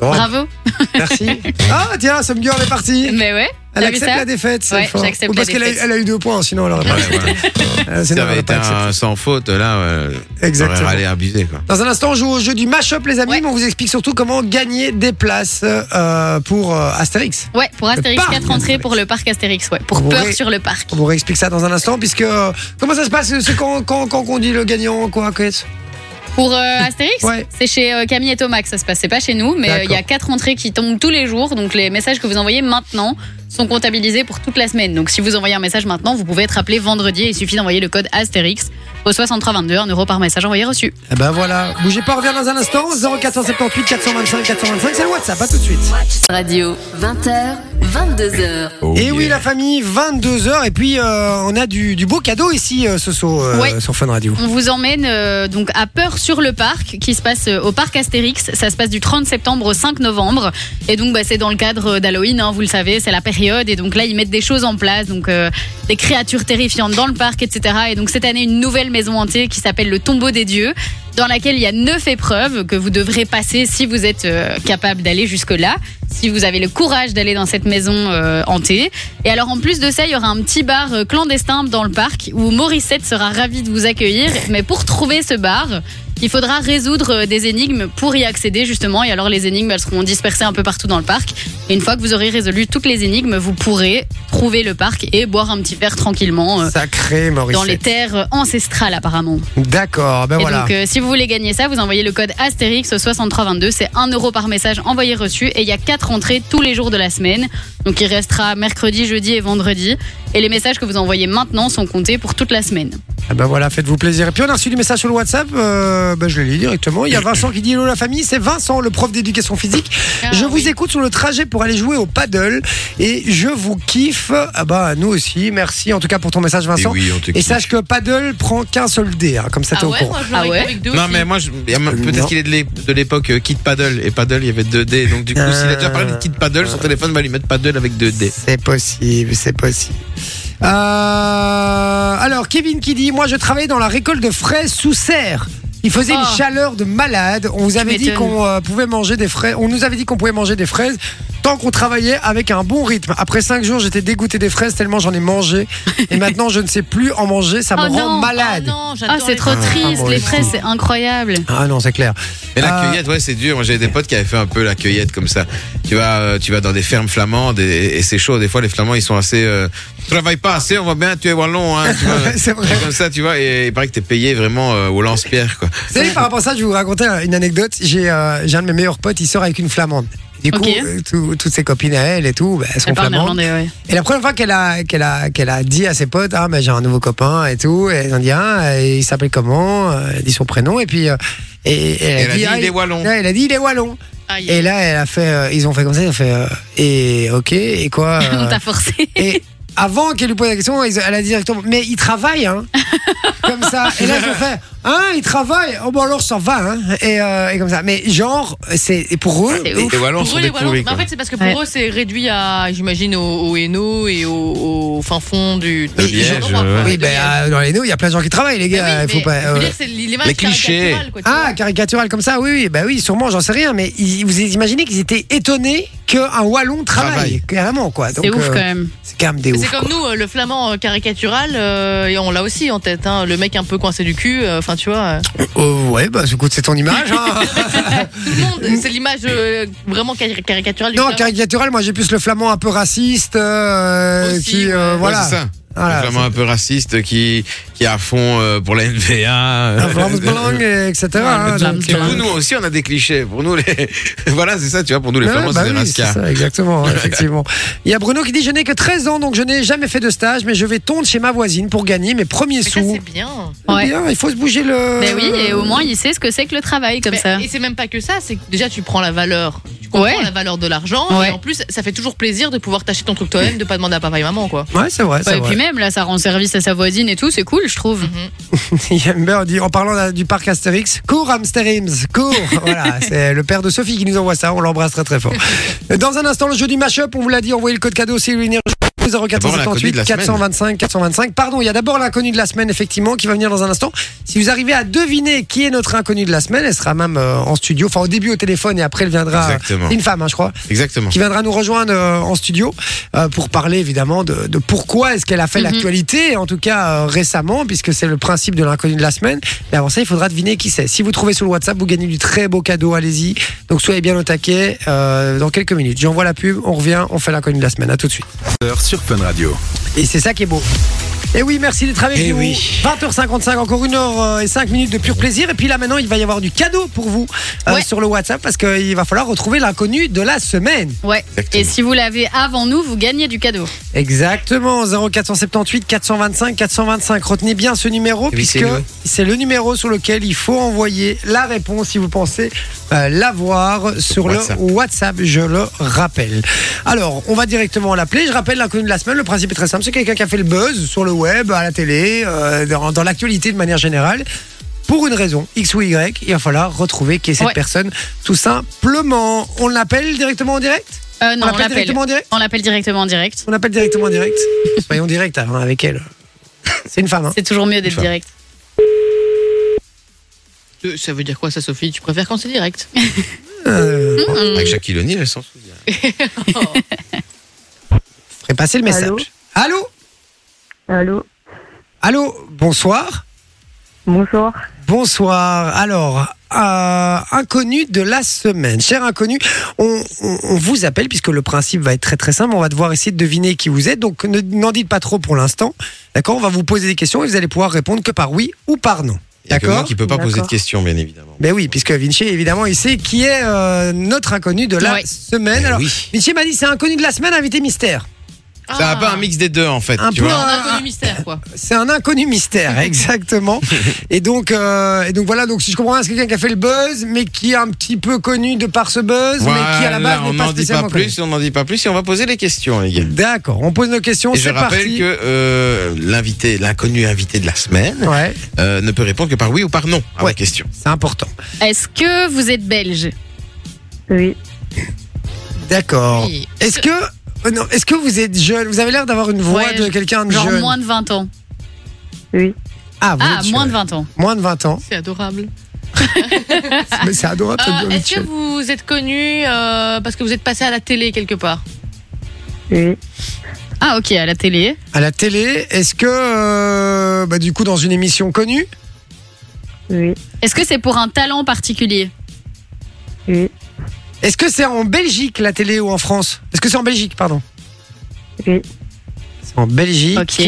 A: Non,
D: bravo.
A: Merci. Ah, tiens, Some Girl est partie.
D: Mais ouais,
A: Elle
D: T'as vu
A: accepte
D: ça
A: la défaite. c'est
D: Ouais,
A: fort.
D: j'accepte
A: Ou Parce
D: la
A: qu'elle a, eu-
D: défaite.
A: elle a eu deux points, sinon elle aurait pas.
B: Ouais, voilà.
A: euh, sinon, elle
B: Si t'avais
A: aurait
B: été
A: pas accepté.
B: un sans faute, là, euh, t'aurais
A: Exactement.
B: râlé abusé, quoi.
A: Dans un instant, on joue au jeu du mashup, les amis,
D: Ouais.
A: mais on vous explique surtout comment gagner des places euh, pour euh, Astérix.
D: ouais, pour Astérix,
A: parc
D: 4 entrées
A: Astérix.
D: pour le parc Astérix, ouais, pour
A: Vous
D: peur
A: voyez-
D: sur le parc.
A: On vous réexplique ça dans un instant, puisque euh, comment ça se passe C'est quand, quand, quand on dit le gagnant, quoi, qu'est-ce
D: Pour euh, Astérix,
A: Ouais.
D: c'est chez euh, Camille et Thomas que ça se passe. C'est pas chez nous, mais euh, il y a quatre entrées qui tombent tous les jours. Donc les messages que vous envoyez maintenant sont comptabilisés pour toute la semaine. Donc si vous envoyez un message maintenant, vous pouvez être appelé vendredi. Il suffit d'envoyer le code Astérix au 6322, 1 euro par message envoyé reçu.
A: Eh ben voilà, bougez pas, on revient dans un instant. 0478 425 425, c'est le WhatsApp, pas tout de suite.
E: Radio, 20h, 22h.
A: et oui, la famille, 22h, et puis euh, on a du, du beau cadeau ici, euh, ce soir, euh,
D: Ouais.
A: sur Fun Radio.
D: On vous emmène euh, donc à Peur sur le parc, qui se passe euh, au parc Astérix. Ça se passe du 30 septembre au 5 novembre. Et donc, bah, c'est dans le cadre d'Halloween, hein, vous le savez, c'est la période. Et donc là, ils mettent des choses en place, donc euh, des créatures terrifiantes dans le parc, etc. Et donc cette année, une nouvelle maison hantée qui s'appelle le Tombeau des Dieux, dans laquelle il y a neuf épreuves que vous devrez passer si vous êtes euh, capable d'aller jusque-là, si vous avez le courage d'aller dans cette maison euh, hantée. Et alors en plus de ça, il y aura un petit bar euh, clandestin dans le parc où Morissette sera ravie de vous accueillir. Mais pour trouver ce bar, Il faudra résoudre euh, des énigmes pour y accéder justement. Et alors les énigmes, elles seront dispersées un peu partout dans le parc. Et une fois que vous aurez résolu toutes les énigmes, vous pourrez trouver le parc et boire un petit verre tranquillement euh,
A: Sacré Maurice.
D: dans les terres euh, ancestrales apparemment.
A: D'accord, ben
D: Et
A: voilà.
D: donc, euh, si vous voulez gagner ça, vous envoyez le code Astérix au 6322. C'est 1 euro par message envoyé reçu. Et il y a 4 entrées tous les jours de la semaine. Donc, il restera mercredi, jeudi et vendredi. Et les messages que vous envoyez maintenant sont comptés pour toute la semaine.
A: Ah ben voilà, faites-vous plaisir. Et puis on a reçu du message sur le WhatsApp, euh, ben je le lis directement. Il y a Vincent qui dit hello la famille, c'est Vincent, le prof d'éducation physique.
C: Ah,
A: je vous
C: oui.
A: écoute sur le trajet pour aller jouer au paddle et je vous kiffe. Ah bah nous aussi, merci en tout cas pour ton message Vincent.
B: oui, on te
A: Et
B: kiffe.
A: sache que paddle prend qu'un seul dé, hein, comme ça t'es
C: Ah
A: au
C: ouais,
A: courant.
C: moi je l'aurais
D: Ah ouais
C: avec deux
B: Non,
C: aussi.
B: mais moi, je- il y a-
A: Non.
B: peut-être qu'il est de l'é- de l'époque euh, Kid Paddle. Et Paddle, il y avait 2D. Donc, du coup,
A: Euh.
B: s'il a déjà parlé de Kid Paddle, son téléphone va lui mettre Paddle avec 2D.
A: C'est possible, c'est possible. Euh, alors, Kevin qui dit Moi, je travaillais dans la récolte de fraises sous serre. Il faisait
D: Ah.
A: une chaleur de malade. On vous avait dit
D: m'étonnes.
A: qu'on euh, pouvait manger des fraises. On nous avait dit qu'on pouvait manger des fraises tant qu'on travaillait avec un bon rythme. Après cinq jours, j'étais dégoûté des fraises tellement j'en ai mangé. Et maintenant, je ne sais plus en manger. Ça me
D: Oh
A: rend
D: non,
A: malade.
C: Ah non, j'adore
D: Ah, c'est
C: les-
D: trop triste.
A: moi
D: les
A: aussi.
D: fraises, c'est incroyable.
A: Ah non, c'est clair.
B: Mais la
A: Euh,
B: cueillette, ouais, c'est dur. Moi, j'avais des potes qui avaient fait un peu la cueillette comme ça. Tu vas, euh, tu vas dans des fermes flamandes et, et c'est chaud. Des fois, les flamands, ils sont assez. Euh, tu travailles pas assez, on voit bien, tu es wallon. Hein, tu vois.
A: Ouais, c'est vrai.
B: Comme ça, tu vois. Et il paraît que t'es payé vraiment euh, au lance-pierre, quoi.
A: Vous savez, par rapport à ça, je vais vous raconter une anecdote. J'ai euh, j'ai un de mes meilleurs potes, il sort avec une flamande. Du coup,
D: Ok.
A: euh, tout- toutes ses copines à elle et tout, bah, elles sont
D: Elle parle
A: flamandes.
D: néerlandais, ouais.
A: Et la première fois qu'elle a, qu'elle a, qu'elle a dit à ses potes, ah, mais j'ai un nouveau copain et tout, et ils ont dit, ah, et il s'appelle comment, Euh, elle dit son prénom, et puis, euh, et, et elle, a dit, ah,
B: il est wallon.
A: ouais, elle a dit, il est wallon.
C: Aïe.
A: Et là, elle a fait, euh, ils ont fait comme ça, ils ont fait, euh, et ok, et quoi euh,
D: On t'a forcé.
A: Et avant qu'elle lui pose la question, ils- elle a dit directement, mais il travaille, hein Comme ça. Et là, ils ont fait, hein, il travaille Oh, bon, alors ça va, hein Et, euh, et comme ça. Mais genre, c'est et pour eux,
D: C'est
A: mais-
D: ouf.
B: Les wallons
C: Pour
B: sont
C: eux,
B: des
C: les Wallons,
B: pourris,
C: mais en
B: quoi.
C: fait, c'est parce que pour
D: Ouais.
C: eux, c'est réduit à, j'imagine, au, au Hainaut et au, au fin fond du.
B: De
C: du-
B: Liège,
C: du-
B: ouais.
A: Oui,
D: ah,
A: ben, euh, dans les nous, il y a plein de gens qui travaillent, les
C: Mais
A: gars.
C: Bah oui,
A: il faut
C: mais
A: pas. euh,
C: je veux
A: ouais.
C: dire, c'est l'image
B: Les clichés.
C: caricaturale, quoi, tu
A: Ah,
C: vois.
A: caricatural comme ça, oui, oui, bah oui, sûrement, j'en sais rien, mais ils- vous imaginez qu'ils étaient étonnés qu'un Wallon travaille,
B: Travaille.
A: carrément, quoi. Donc,
D: C'est ouf
A: euh,
D: quand même.
A: C'est quand même des
C: Mais
A: ouf.
C: C'est comme
A: quoi.
C: nous, euh, le flamand euh, caricatural, euh, et on l'a aussi en tête, hein, le mec un peu coincé du cul, euh, enfin tu vois. euh,
A: Oh, ouais, bah, écoute, c'est ton image, hein.
C: tout le monde, c'est l'image euh, vraiment cari- caricaturale du
A: non,
C: flamand.
A: caricatural, moi, j'ai plus le flamand un peu raciste, euh,
C: Aussi,
A: qui, euh,
C: ouais.
A: voilà.
B: Ouais, c'est ça.
A: Voilà,
B: vraiment un peu raciste qui, qui est à fond euh, pour la NVA.
A: Un Vlaamsbelang, et etc. hein,
D: Vlaams
A: donc,
B: Et
A: euh,
B: pour nous aussi, on a des clichés. Pour nous, les... voilà, c'est ça, tu vois, pour nous, les
A: Ouais,
B: flamands,
A: bah
B: c'est des
A: oui, c'est
B: rascas.
A: ça, exactement, ouais, effectivement. Il y a Bruno qui dit Je n'ai que 13 ans, donc je n'ai jamais fait de stage, mais je vais tondre chez ma voisine pour gagner mes premiers
C: Mais ça,
A: sous. Eh
C: c'est bien.
D: Ouais.
A: Bien, il faut se bouger le.
D: Ben oui, et au moins, il sait ce que c'est que le travail comme
C: Mais-
D: ça.
C: Ben, Et c'est même pas que ça, c'est que déjà tu prends la valeur. Tu comprends
D: Ouais.
C: la valeur de l'argent,
D: Ouais.
C: et en plus, ça fait toujours plaisir de pouvoir t'acheter ton truc toi-même, de pas demander à papa et maman, quoi.
A: Ouais, c'est vrai. c'est
D: Ouais, Bah, et
A: vrai.
D: puis même, là, ça rend service à sa voisine et tout. C'est cool, je trouve.
A: Yamber dit, en parlant d'un- du parc Astérix, cours Amstérims, cours Voilà, c'est le père de Sophie qui nous envoie ça, on l'embrasse très très fort. Dans un instant, le jeu du mashup, on vous l'a dit, envoyez le code cadeau, c'est l'énergie.
B: D'abord, l'inconnu
A: 0478
B: de la
A: 425 425. Pardon, il y a d'abord l'inconnu de la semaine, effectivement, qui va venir dans un instant. Si vous arrivez à deviner qui est notre inconnu de la semaine, elle sera même euh, en studio, enfin au début au téléphone et après elle viendra.
B: Exactement.
A: C'est Une femme, hein, je crois
B: Exactement.
A: qui viendra nous rejoindre euh, en studio euh, pour parler évidemment de, de pourquoi est-ce qu'elle a fait
D: Mhm.
A: l'actualité, en tout cas euh, récemment, puisque c'est le principe de l'inconnu de la semaine. Mais avant ça, il faudra deviner qui c'est. Si vous trouvez sur le WhatsApp, vous gagnez du très beau cadeau, allez-y. Donc soyez bien au taquet euh, dans quelques minutes. J'envoie la pub, on revient, on fait l'inconnu de la semaine. À tout de suite.
F: sur Fun Radio.
A: Et c'est ça qui est beau. Et oui, merci d'être avec
B: Eh
A: nous.
B: oui.
A: 20h55, encore une heure euh, et cinq minutes de pur plaisir. Et puis là, maintenant, il va y avoir du cadeau pour vous euh,
D: Ouais.
A: sur le WhatsApp parce qu'il va falloir retrouver l'inconnu de la semaine.
D: Ouais.
B: Exactement.
D: Et si vous l'avez avant nous, vous gagnez du cadeau.
A: Exactement, 0478 425 425. Retenez bien ce numéro
B: Eh oui,
A: puisque
B: c'est le-
A: c'est le numéro sur lequel il faut envoyer la réponse si vous pensez euh, l'avoir sur
B: WhatsApp.
A: le WhatsApp, je le rappelle. Alors, on va directement l'appeler. Je rappelle l'inconnu de la semaine. Le principe est très simple, c'est quelqu'un qui a fait le buzz sur le web, à la télé, euh, dans, dans l'actualité de manière générale. Pour une raison, X ou Y, il va falloir retrouver qui est cette
D: Ouais.
A: personne, tout simplement. On l'appelle directement en direct
D: Euh, non, on
A: l'appelle
D: l'appelle.
A: directement en direct
D: On l'appelle directement en direct.
A: on appelle directement en direct. Soyons direct hein, avec elle. C'est une femme. Hein.
D: C'est toujours mieux d'être
B: Enfin.
D: direct.
C: Euh, Ça veut dire quoi, ça, Sophie Tu préfères quand c'est direct
A: Euh, bon,
D: Hum.
B: Avec Shaquille O'Neal, elle s'en souvient.
A: ferait passer le message. Allô
G: Allô
A: Allô Bonsoir.
F: Bonsoir.
A: Bonsoir. Alors, euh, inconnu de la semaine. Cher inconnu, on, on- on vous appelle puisque le principe va être très très simple. On va devoir essayer de deviner qui vous êtes. Donc, ne- n'en dites pas trop pour l'instant. D'accord On va vous poser des questions et vous allez pouvoir répondre que par oui ou par non.
B: Il y a que moi
A: D'accord
B: qui peut pas poser de
F: D'accord.
B: questions, bien évidemment.
A: Ben oui, puisque Vinci, évidemment, il sait qui est euh, notre inconnu de la
D: Ouais.
A: semaine.
B: Eh
A: Alors,
B: oui.
A: Vinci m'a dit c'est un inconnu de la semaine, invité mystère.
B: C'est un peu un mix des deux, en fait.
A: ah. Un
B: tu
A: peu
B: vois.
C: Un inconnu mystère, quoi.
A: C'est un inconnu mystère, exactement. et donc, euh, et donc voilà. Donc, si je comprends bien, c'est quelqu'un qui a fait le buzz, mais qui est un petit peu connu de par ce buzz, mais qui à la
B: Voilà,
A: base
B: on
A: n'est pas
B: n'en dit pas
A: spécialement
B: plus, on n'en dit pas plus et on va poser les questions, les gars.
A: connu. D'accord. On pose nos questions.
B: Et je
A: C'est
B: rappelle
A: parti.
B: que euh, l'invité, l'inconnu invité de la semaine,
A: Ouais,
B: euh, ne peut répondre que par oui ou par non à
A: Ouais. Eh
B: vos questions.
A: c'est important.
D: Est-ce que vous êtes belge
F: Oui.
A: D'accord.
C: Oui.
A: Est-ce que euh, non, est-ce que vous êtes jeune Vous avez l'air d'avoir une voix
D: Ouais,
A: de quelqu'un de
D: Genre
A: jeune.
D: moins de 20 ans.
F: Oui.
A: Ah, vous
D: Ah,
A: êtes
D: moins
A: jeune.
D: de 20 ans.
A: Moins de 20 ans.
C: C'est adorable.
A: Mais c'est adorable. cette
C: Euh,
A: bonne
C: Est-ce que
A: jeune.
C: vous êtes connu euh, parce que vous êtes passé à la télé quelque part
F: Oui.
D: Ah, ok, à la télé.
A: À la télé, est-ce que euh, bah, du coup dans une émission connue
F: Oui.
D: Est-ce que c'est pour un talent particulier
F: Oui.
A: Est-ce que c'est en Belgique la télé ou en France Est-ce que c'est en Belgique, pardon
F: Oui.
A: C'est en Belgique.
D: Ok.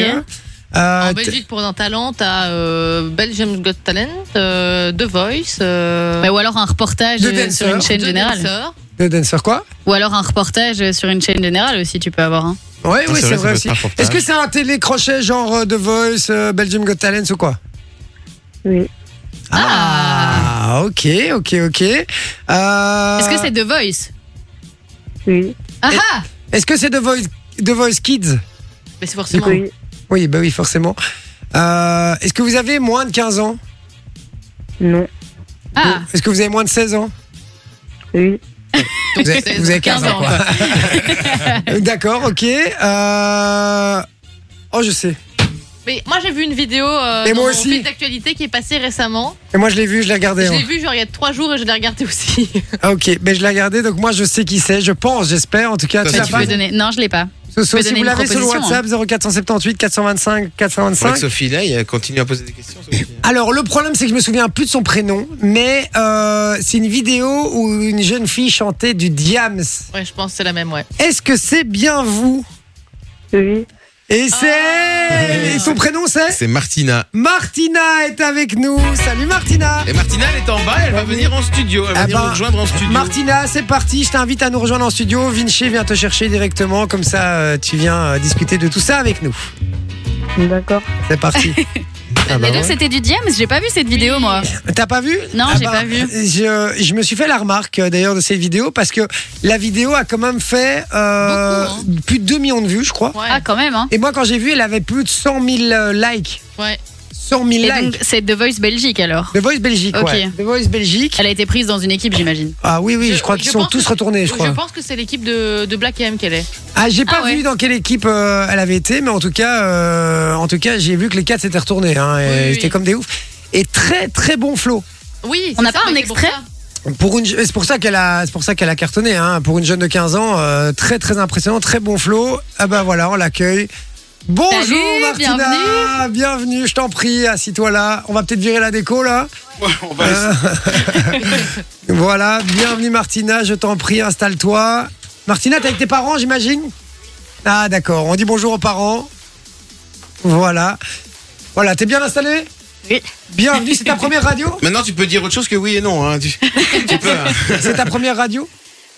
A: Euh,
C: En
A: t-
C: Belgique, pour un talent, t'as euh, Belgium's Got Talent, euh, The Voice, euh,
D: Bah, Ou alors un reportage
A: De
D: euh, sur
A: danseur.
D: une chaîne
C: The
D: générale
C: Dancer.
A: Le dancer quoi
D: Ou alors un reportage euh, sur une chaîne générale aussi, tu peux avoir. hein.
A: Ouais,
B: Ça,
A: oui, c'est
B: ça peut
A: vrai
B: être Hein
A: aussi.
B: un reportage.
A: Est-ce que c'est un télécrochet genre euh, The Voice, euh, Belgium Got Talent ou quoi
F: Oui.
A: ah. ok, ok, ok. Euh,
D: Est-ce que c'est The Voice
F: Oui.
D: Ah ah
A: est-ce que c'est The Voice, The Voice Kids
C: Mais c'est forcément.
F: Oui.
A: Oui, bah oui, forcément. Euh, est-ce que vous avez moins de 15 ans
F: Non.
D: Ah
A: Est-ce que vous avez moins de 16 ans
F: Oui.
A: vous avez,
C: 16,
A: vous avez 15 ans,
C: 15
A: quoi. D'accord, ok. Euh, Oh, je sais.
C: Mais moi, j'ai vu une vidéo euh,
A: Et
C: dans
A: moi
C: mon
A: aussi.
C: fil d'actualité qui est passée récemment.
A: Et moi, je l'ai vu, je l'ai regardé.
C: Je
A: hein.
C: l'ai vu, je regarde trois jours et je l'ai regardé aussi.
A: Ah, Ok, mais je l'ai regardé, donc moi je sais qui c'est, je pense, j'espère. En tout cas,
B: Ça,
A: tu
B: c'est
A: l'as
D: Tu
A: pas
D: peux donner. Non, je l'ai pas.
A: Ce soir,
D: peux
A: si
D: donner
A: vous
D: une
A: l'avez sur le
D: proposition,
A: WhatsApp 0478 425
B: C'est vrai
A: 425.
B: que Sophie, là, il continue à poser des questions. Sophie.
A: Alors le problème c'est que je me souviens plus de son prénom, mais euh, c'est une vidéo où une jeune fille chantait du Diams.
C: Ouais, je pense que c'est la même, ouais.
A: Est-ce que c'est bien vous
F: Oui.
A: Et c'est
B: Ah.
A: et son prénom c'est
B: C'est Martina.
A: Martina est avec nous. Salut Martina.
B: Et Martina, elle est en bas, elle va venir en studio. Elle va
A: Bah Ah
B: venir
A: bah,
B: nous rejoindre en studio.
A: Martina, c'est parti, je t'invite à nous rejoindre en studio. Vinci vient te chercher directement, comme ça euh, tu viens euh, discuter de tout ça avec nous.
F: D'accord.
A: C'est parti. Ah bah
D: Mais donc
A: ouais.
D: c'était du Diams, j'ai pas vu cette vidéo moi.
A: T'as pas vu
D: Non,
A: Ah
D: j'ai pas vu.
A: Je, je me suis fait la remarque euh, d'ailleurs de cette vidéo parce que la vidéo a quand même fait euh,
C: Beaucoup,
A: plus de 2 millions de vues, je crois.
C: Ouais,
D: Ah quand même hein.
A: Et moi, quand j'ai vu, elle avait plus de 100 000 euh, likes.
C: ouais.
A: 100 000
D: Et
A: likes.
D: donc c'est The Voice Belgique alors.
A: The Voice Belgique,
D: Ok.
A: ouais. The Voice Belgique.
D: Elle a été prise dans une équipe j'imagine.
A: Ah oui, oui, je,
C: Je-
A: crois qu'ils
C: je
A: sont
C: pense
A: tous
C: que-
A: retournés, je crois.
C: Je pense que c'est l'équipe de, de Black M qu'elle est.
A: Ah, j'ai pas
D: Ah ouais.
A: vu dans quelle équipe euh, elle avait été, mais en tout cas, euh, en tout cas, j'ai vu que les quatre s'étaient retournés. Hein, et
C: Oui, oui,
A: ils étaient
C: oui.
A: comme des oufs. Et très très bon flow.
C: Oui,
D: On
C: c'est
D: n'a
C: ça,
D: pas un
C: mais c'est pour
D: extrait
C: ça.
A: Pour une, c'est pour ça qu'elle a, c'est pour ça qu'elle a cartonné. Hein. Pour une jeune de 15 ans, euh, très très impressionnant, très bon flow. Ah bah voilà, on l'accueille. Bonjour Martina, bienvenue. je t'en prie, assis-toi là. On va peut-être virer la déco là.
B: On va-
A: Euh, voilà, bienvenue Martina, je t'en prie, installe-toi. Martina, t'es avec tes parents, j'imagine Ah d'accord, on dit bonjour aux parents. Voilà, voilà, t'es bien installée
D: Oui.
A: Bienvenue, c'est ta première radio
B: Maintenant, tu peux dire autre chose que oui et non. hein. Tu, tu peux. hein.
A: C'est ta première radio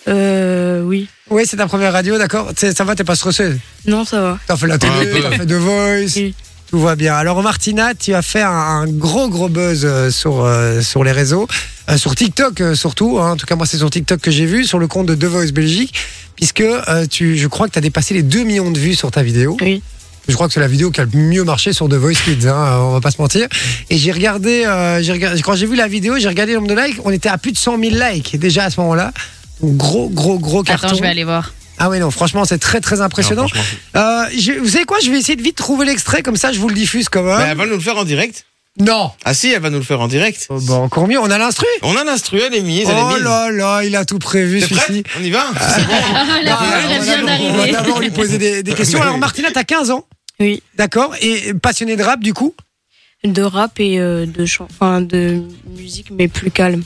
G: Euh, oui.
A: Oui, c'est ta première radio, d'accord. C'est- Ça va, t'es pas stressée.
G: Non, ça va.
A: T'as fait la
B: Un
A: télé,
B: peu.
A: t'as fait The Voice.
G: Oui.
A: Tout va bien. Alors Martina, tu as fait un, un gros gros buzz euh, sur euh, sur les réseaux, euh, sur TikTok euh, surtout. hein. En tout cas, moi c'est sur TikTok que j'ai vu, sur le compte de The Voice Belgique, puisque euh, tu, je crois que t'as dépassé les 2 millions de vues sur ta vidéo.
G: Oui.
A: Je crois que c'est la vidéo qui a le mieux marché sur The Voice Kids, hein, euh, on va pas se mentir. Et j'ai regardé, euh, j'ai regardé- quand j'ai vu la vidéo, j'ai regardé le nombre de likes. On était à plus de 100 000 likes déjà à ce moment-là. Donc gros gros gros carton.
D: Attends, je vais aller voir.
A: Ah oui, non, franchement, c'est très très impressionnant.
B: Non, franchement.
A: Euh, je- vous savez quoi Je vais essayer de vite trouver l'extrait, comme ça je vous le diffuse quand
B: Mais
A: même.
B: Bah, elle va nous le faire en direct.
A: Non
B: Ah si, elle va nous le faire en direct.
A: Bah, Oh, bah, Encore mieux, on a l'instru
B: On a l'instru, elle est mise. Elle est
A: Oh
B: mise.
A: là là, il a tout prévu
B: T'es prête
A: celui-ci.
B: On y va
D: Ah, la
A: Ah,
D: première,
A: on
D: elle
A: va
D: vient
A: d'abord- on va
D: d'arriver.
A: d'abord lui poser des, des questions. Alors Martina, t'as 15 ans
G: Oui.
A: D'accord, et passionnée de rap du coup
G: de rap et euh, de chan- enfin de musique mais plus calme,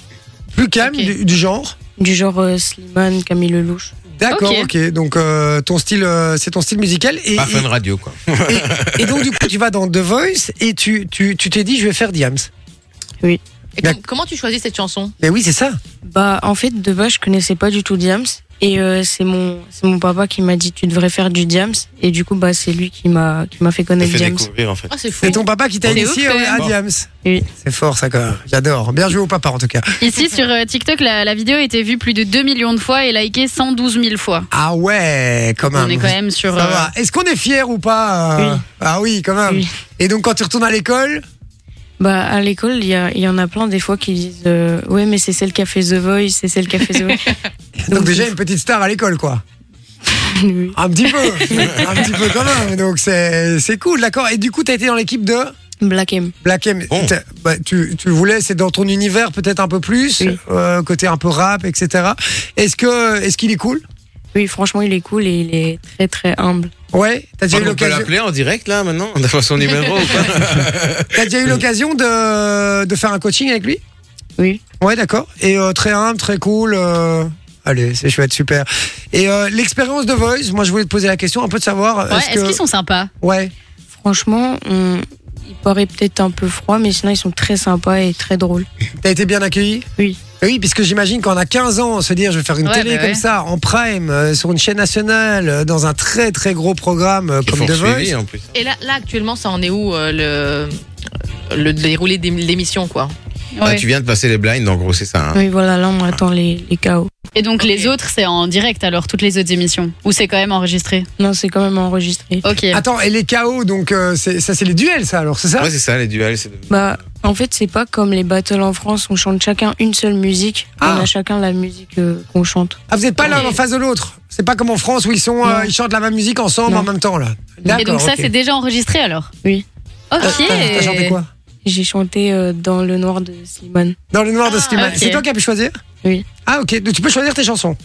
A: Plus calme
C: Ok.
A: du, du genre.
G: du genre euh, Slimane, Camille Lelouch.
A: D'accord, ok.
D: Ok.
A: Donc euh, ton style, euh, c'est ton style musical. Et,
B: Pas fun radio, quoi.
A: et- et donc du coup, tu vas dans The Voice et tu tu tu t'es dit, je vais faire Diams.
C: Et
A: Bien.
C: com- comment tu choisis cette chanson
A: Mais oui, c'est ça.
G: Bah en fait de base je connaissais pas du tout Diams et euh, c'est mon c'est mon papa qui m'a dit tu devrais faire du Diams et du coup bah c'est lui qui m'a qui m'a fait
B: Ça
G: connaître
B: fait
G: Diams.
B: découvrir, en fait.
C: Ah, c'est fou.
A: C'est ton papa qui t'a
D: C'est
A: initié
D: ouf, quand
A: à à
B: même.
A: Diams.
G: Oui.
A: C'est fort ça quand même. J'adore. Bien joué au papa en tout cas.
D: Ici, sur euh, TikTok, la, la vidéo a été vue plus de 2 millions de fois et likée 112 000 fois.
A: Ah ouais, quand même.
D: On est quand même sur.
A: Ah, Ça
D: euh,
A: va. Est-ce qu'on est fier ou pas euh,
G: Oui.
A: Ah oui, quand même.
G: Oui.
A: Et donc quand tu retournes à l'école,
G: Bah à l'école il y, a- il y en a plein des fois qui disent euh, ouais mais c'est celle qui a fait The Voice, c'est celle qui a fait The Voice.
A: donc déjà une petite star à l'école quoi.
G: Oui.
A: Un petit peu, un petit peu quand même. Donc c'est c'est cool, d'accord. Et du coup, t'as été dans l'équipe de
G: Black M.
A: Black M.
B: Bon.
A: T'as- bah, tu, tu voulais, c'est dans ton univers peut-être un peu plus,
G: Oui.
A: euh, côté un peu rap, etc. Est-ce que est-ce qu'il est cool
G: Oui franchement il est cool et il est très très humble.
A: Ouais. T'as déjà eu
B: Par contre, On peut
A: l'occasion.
B: l'appeler en direct, là, maintenant D'avoir son numéro ou pas
A: T'as déjà eu l'occasion de de faire un coaching avec lui
G: Oui.
A: Ouais, d'accord. Et euh, très humble, très cool. euh, Allez, c'est chouette, super. Et euh, l'expérience de Voice, moi je voulais te poser la question, un peu de savoir.
D: Ouais,
A: est-ce
D: est-ce
A: que-
D: qu'ils sont sympas
A: Ouais.
G: Franchement on... il paraît peut-être un peu froid mais sinon ils sont très sympas et très drôles.
A: T'as été bien accueilli
G: Oui.
A: Eh Oui, puisque j'imagine qu'on a 15 ans, se dire je vais faire une
D: Ouais,
A: télé
D: bah
A: comme
D: ouais.
A: ça, en prime, euh, sur une chaîne nationale, euh, dans un très très gros programme euh,
B: Ils
A: comme
B: font
A: The
B: suivi,
A: Voice.
B: en plus.
C: Et là, là, actuellement, ça en est où euh, le, le déroulé des- de l'émission, quoi
B: Ah,
D: Ouais.
B: tu viens de passer les blinds, en gros, c'est ça. hein.
G: Oui voilà là on attend les les KO.
D: Et donc,
C: Ok.
D: les autres, c'est en direct alors, toutes les autres émissions Ou c'est quand même enregistré
G: Non, c'est quand même enregistré.
D: Ok.
A: Attends, et les KO, donc euh, c'est- ça c'est les duels ça alors, c'est ça
B: Ouais, c'est ça, les duels. c'est-
G: Bah, en fait, c'est pas comme les battles en France, on chante chacun une seule musique.
A: Ah.
G: On a chacun la musique euh, qu'on chante.
A: Ah, vous n'êtes pas l'un
C: Ouais.
A: en face de l'autre C'est pas comme en France où ils, sont, euh,
G: Non.
A: ils chantent la même musique ensemble
G: Non.
A: en même temps là
D: Et donc, ça,
A: ok.
D: c'est déjà enregistré alors
G: Oui.
D: Ok.
A: T'as- T'as t'as chanté quoi
G: J'ai chanté euh, dans Le Noir de Slimane.
A: Dans le noir de
C: Ah,
A: Slimane.
D: ok.
A: C'est toi qui as pu choisir
G: Oui.
A: Ah ok, donc tu peux choisir tes chansons.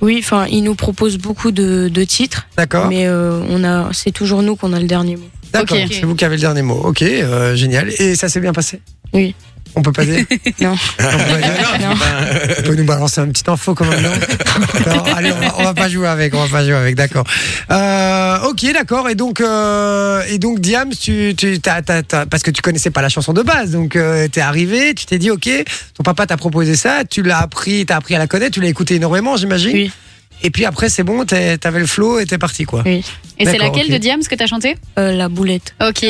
G: Oui, enfin, il nous propose beaucoup de, de titres,
A: D'accord.
G: mais euh, on a, c'est toujours nous qu'on a le dernier mot.
A: D'accord,
D: Ok.
A: c'est vous qui avez le dernier mot. Ok, euh, génial. Et ça s'est bien passé
G: Oui.
A: On peut pas dire
G: Non.
A: On peut pas dire
G: Non.
A: On peut nous balancer un petit info quand même, non, Non, Allez, on va, on va pas jouer avec, on va pas jouer avec, d'accord. Euh, ok, d'accord. Et donc, euh, et donc, Diam, tu, tu, t'as- t'as- t'as- parce que tu connaissais pas la chanson de base, donc euh, t'es arrivé, tu t'es dit, ok, ton papa t'a proposé ça, tu l'as appris, t'as appris à la connaître, tu l'as écouté énormément, j'imagine.
G: Oui.
A: Et puis après, c'est bon, t'es- t'avais le flow et t'es parti, quoi.
G: Oui.
D: Et c'est
A: D'accord,
D: laquelle
A: ok.
D: de Diams que t'as chanté
G: Euh, la boulette.
D: Ok.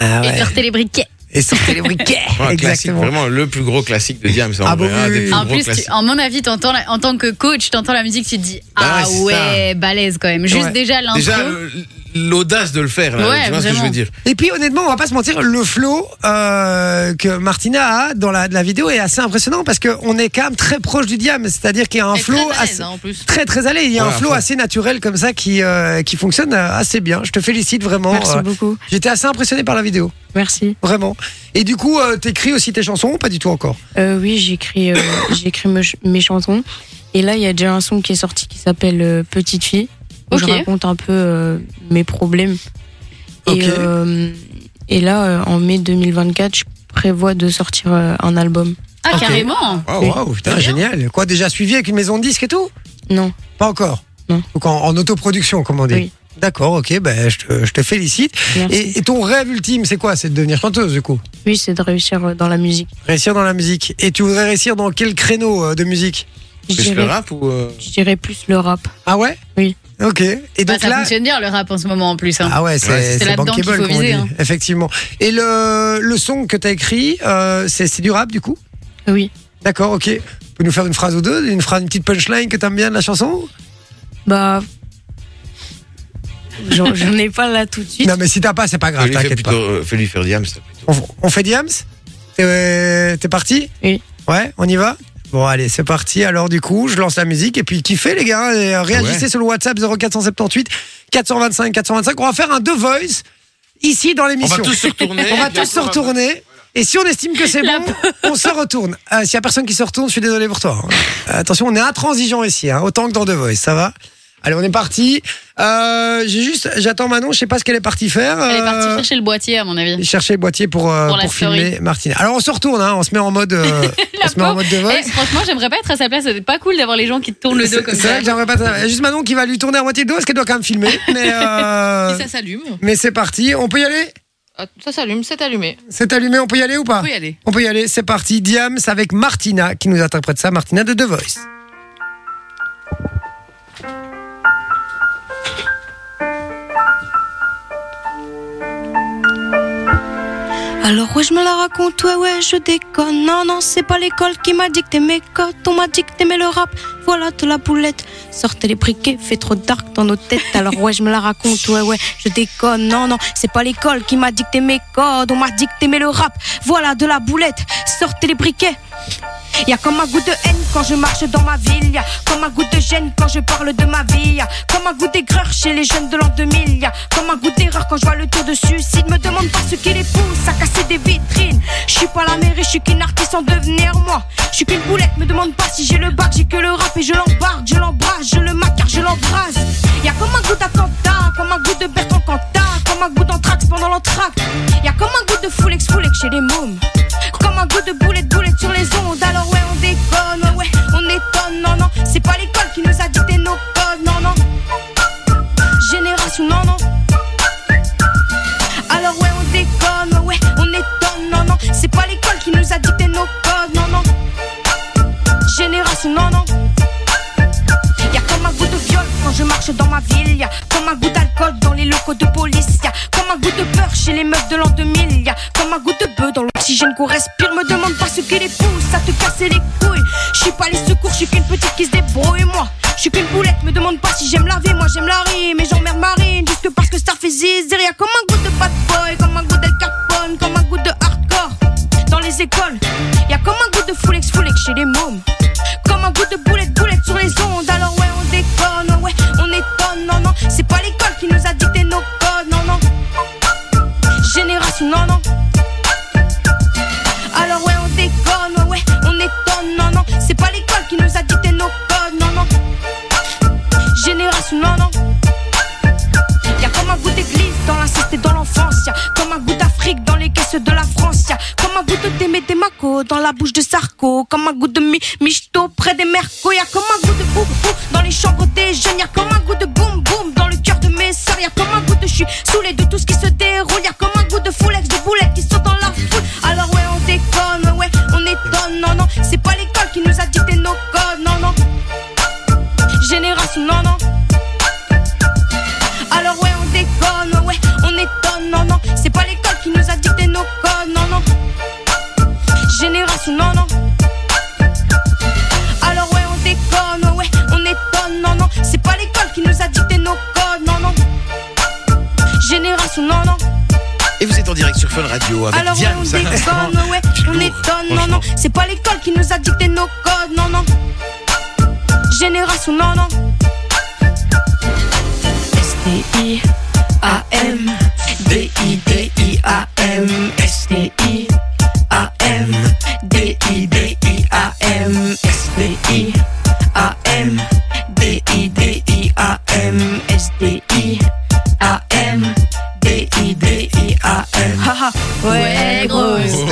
A: Ah
D: Et
A: ouais.
D: sortez les briquets.
A: Et sortez les briquets.
B: Ouais, un classique,
A: Exactement.
B: vraiment le plus gros classique de Diams. en
A: Ah bon,
B: vrai,
A: oui,
B: un des
A: oui,
B: plus
A: oui.
D: En
B: gros
D: plus, tu-
B: classiques.
D: en mon avis, t'entends la- en tant que coach, t'entends la musique, tu te dis
B: Bah ouais,
D: ah
B: c'est
D: ouais, balèze quand même. Juste
A: Ouais.
D: déjà l'intro.
B: Déjà, euh, l'audace de le faire, là,
D: Ouais,
B: tu vois ce que je veux
D: vraiment.
B: dire.
A: Et puis honnêtement, on va pas se mentir, le flow euh, que Martina a dans la, de la vidéo est assez impressionnant parce qu'on est quand même très proche du diable, c'est-à-dire qu'il y a un
C: Elle est
A: flow
C: très à l'aise,
A: assez-
C: hein, en plus.
A: très très allé, il y a
B: Ouais,
A: un
B: à
A: flow
B: fond.
A: assez naturel comme ça qui, euh, qui fonctionne euh, assez bien. Je te félicite vraiment.
G: Merci
A: Euh,
G: beaucoup.
A: J'étais assez impressionné par la vidéo,
G: Merci.
A: vraiment. Et du coup, euh, t'écris aussi tes chansons ou pas du tout encore
G: Euh, oui, j'écris, euh, j'écris me- mes chansons. Et là, il y a déjà un son qui est sorti qui s'appelle euh, Petite fille, où je
D: Ok.
G: raconte un peu euh, mes problèmes. Et,
A: Ok.
G: euh, et là, euh, en mai 2024, je prévois de sortir euh, un album.
D: Ah
A: Ok.
D: carrément.
B: Waouh,
A: Waouh,
B: waouh.
A: putain, Ah, génial. Quoi, déjà suivi avec une maison de disques et tout
G: Non.
A: Pas encore.
G: Non.
A: Donc en, en autoproduction, comme on dit.
G: Oui.
A: D'accord, ok, ben je, te, je te félicite.
G: Merci.
A: Et, et ton rêve ultime, c'est quoi C'est de devenir chanteuse, du coup
G: Oui, c'est de réussir euh, dans la musique.
A: Réussir dans la musique. Et tu voudrais réussir dans quel créneau euh, de musique
G: Je
B: Plus le
G: dirais,
B: rap ou. euh,
G: je dirais plus le rap.
A: Ah ouais
G: Oui.
A: Ok. Et
D: Bah,
A: donc
D: ça
A: là.
D: fonctionne bien le rap en ce moment en plus. hein.
A: Ah ouais,
B: Ouais,
A: c'est
B: c'est
A: c'est
D: là-dedans
A: bankable,
D: qu'il faut
A: comme on dit.
D: viser, hein.
A: Effectivement. Et le, le son que t'as écrit, euh, c'est c'est du rap du coup
G: Oui.
A: D'accord, ok. Tu peux nous faire une phrase ou deux Une phrase, une petite punchline que t'aimes bien de la chanson
G: Bah. J'en j'en ai pas là tout de suite.
A: Non, mais si t'as pas, c'est pas grave,
B: Fais-lui faire
A: t'inquiète
B: plutôt,
A: pas.
B: euh, fais-lui faire Diams. plutôt.
A: On, on fait Diams T'es t'es parti
G: Oui.
A: Ouais, on y va Bon, allez, c'est parti. Alors, du coup, je lance la musique et puis kiffez, les gars. hein, et, euh, réagissez sur le WhatsApp 0478 425 425. On va faire un The Voice ici dans
B: On va
A: l'émission.
B: tous se retourner.
A: On va
B: et puis
A: tous se
B: après, on va-
A: retourner. Et si on estime que c'est bon, on se retourne. Euh, S'il y a personne qui se retourne, je suis désolé pour toi. hein. Euh, attention, on est intransigeant ici, hein, autant que dans The Voice, ça va Allez, on est parti. Euh, j'ai juste, j'attends Manon. Je sais pas ce qu'elle est partie faire.
D: Elle est partie
A: euh,
D: chercher le boîtier, à mon avis.
A: chercher le boîtier pour euh,
D: Pour
A: pour,
D: la story.
A: filmer Martine. Alors on se retourne, hein, on se met en mode, euh, on se met en
D: pauvre.
A: mode de
D: Eh, franchement, j'aimerais pas être à sa place. C'est pas cool d'avoir les gens qui te tournent le dos
A: C'est
D: comme
A: c'est
D: ça.
A: vrai que j'aimerais pas. Il y a juste Manon qui va lui tourner à moitié le dos, parce qu'elle doit quand même filmer. Mais, euh,
C: Si ça s'allume,
A: mais c'est parti. On peut y aller
C: Ah, ça s'allume, c'est allumé.
A: C'est allumé. On peut y aller ou pas
C: On peut y aller.
A: On peut y aller. C'est parti. Diams avec Martina qui nous interprète ça. Martina de The Voice.
G: Alors ouais, je me la raconte, ouais, ouais, je déconne. Non, non, c'est pas l'école qui m'a dicté mes codes. On m'a dit que t'aimais le rap, voilà de la boulette. Sortez les briquets, fait trop dark dans nos têtes. Alors ouais, je me la raconte, ouais, ouais, je déconne. Non, non, c'est pas l'école qui m'a dicté mes codes. On m'a dit que t'aimais le rap, voilà de la boulette. Sortez les briquets. Y a comme un goût de haine quand je marche dans ma ville, y a comme un goût de gêne quand je parle de ma vie, y a comme un goût d'aigreur chez les jeunes de l'an 2000, y a comme un goût d'erreur quand je vois le tour de suicide. Me demande pas ce qui les pousse à casser des vitrines. Je suis pas la mairie, je suis qu'une artiste en devenir moi. Je suis qu'une boulette, me demande pas si j'ai le bac, j'ai que le rap et je l'embarque, je l'embrasse, je le macar, je l'embrasse. Y a comme un goût d'Atlanta, comme un goût de Bertrand Cantat, comme un goût d'anthrax pendant l'entracte. Y a comme un goût de foulex, foulex chez les mômes. Comme un goût de boulette, boulette sur les ondes. Alors ouais, on déconne, ouais, ouais, on étonne. Non, non, c'est pas l'école qui nous a dicté nos codes. Non, non. Génération, non, non. Alors ouais, on déconne, ouais, ouais, on étonne. Non, non, c'est pas l'école qui nous a dicté nos codes. Non, non. Génération, non, non. Y a comme un goût de viol quand je marche dans ma ville. Y a comme un goût d'alcool dans les locaux de police. Y a comme un goût de peur chez les meufs de l'an 2000. Y a comme un goût de bœuf dans l'oxygène qu'on respire. Me demande pas ce qui les pousse à te casser les couilles. Je suis pas les secours, je suis qu'une petite qui se débrouille, moi. Je suis qu'une boulette, me demande pas si j'aime la vie. Moi j'aime la rime et j'emmerde Marine. Juste parce que ça fait zizir. Y a comme un goût de bad boy, comme un goût d'El Capone, comme un goût de hardcore dans les écoles. Y a comme un goût de foulex, foulex chez les mômes. Comme un goût de boulette, boulette sur les ondes. Alors ouais, on déconne, oh ouais, ouais, on étonne. Non, non, c'est pas l'école qui nous a dicté nos codes. Non, non. Génération, non, non. Alors ouais, on déconne, oh ouais, ouais, on étonne. Non, non, c'est pas l'école qui nous a dicté nos codes. Non, non. Génération, non, non. Y'a comme un goût d'église dans l'inceste et dans l'enfance. Y'a comme un goût d'Afrique dans les caisses de la France. Y'a comme un goût de Démé des Mako dans la bouche de Sarko. Comme un goût de mi Michto près des Merco. Y'a comme un goût de boum boum dans les chambres des jeunes. Y'a comme un goût de boum boum dans le cœur de mes sœurs. Y'a comme un goût de je suis saoulé de tout ce qui se déroule. Y'a comme un goût de foulex, de boulettes qui sont dans la foule. Alors ouais, on déconne, ouais, on étonne. Non, non, c'est pas l'école qui nous a dicté nos codes. Non, non. Génération, non, non. Alors ouais, on déconne, ouais, on étonne, non, non. C'est pas l'école qui nous a dicté nos codes, non, non. Génération, non, non. Alors ouais, on déconne, ouais, on étonne, non, non. C'est pas l'école qui nous a dicté nos codes, non, non. Génération, non, non.
B: Et vous êtes en direct sur Fun Radio avec
G: Alors ouais,
B: Bah, Diane.
G: on
B: ça, franchement.
G: déconne, ouais, on
B: lourd,
G: étonne, non, non.
B: franchement.
G: C'est pas l'école qui nous a dicté nos codes, non, non. Génération, non, non. S-T-I-A-M, D-I-D-I-A-M, S-T-I-A-M, D-I-D-I-A-M, S-T-I-A-M, D-I-D-I-A-M, S-T-I-A-M, D-I-D-I-A-M.
D: Ouais, grosse.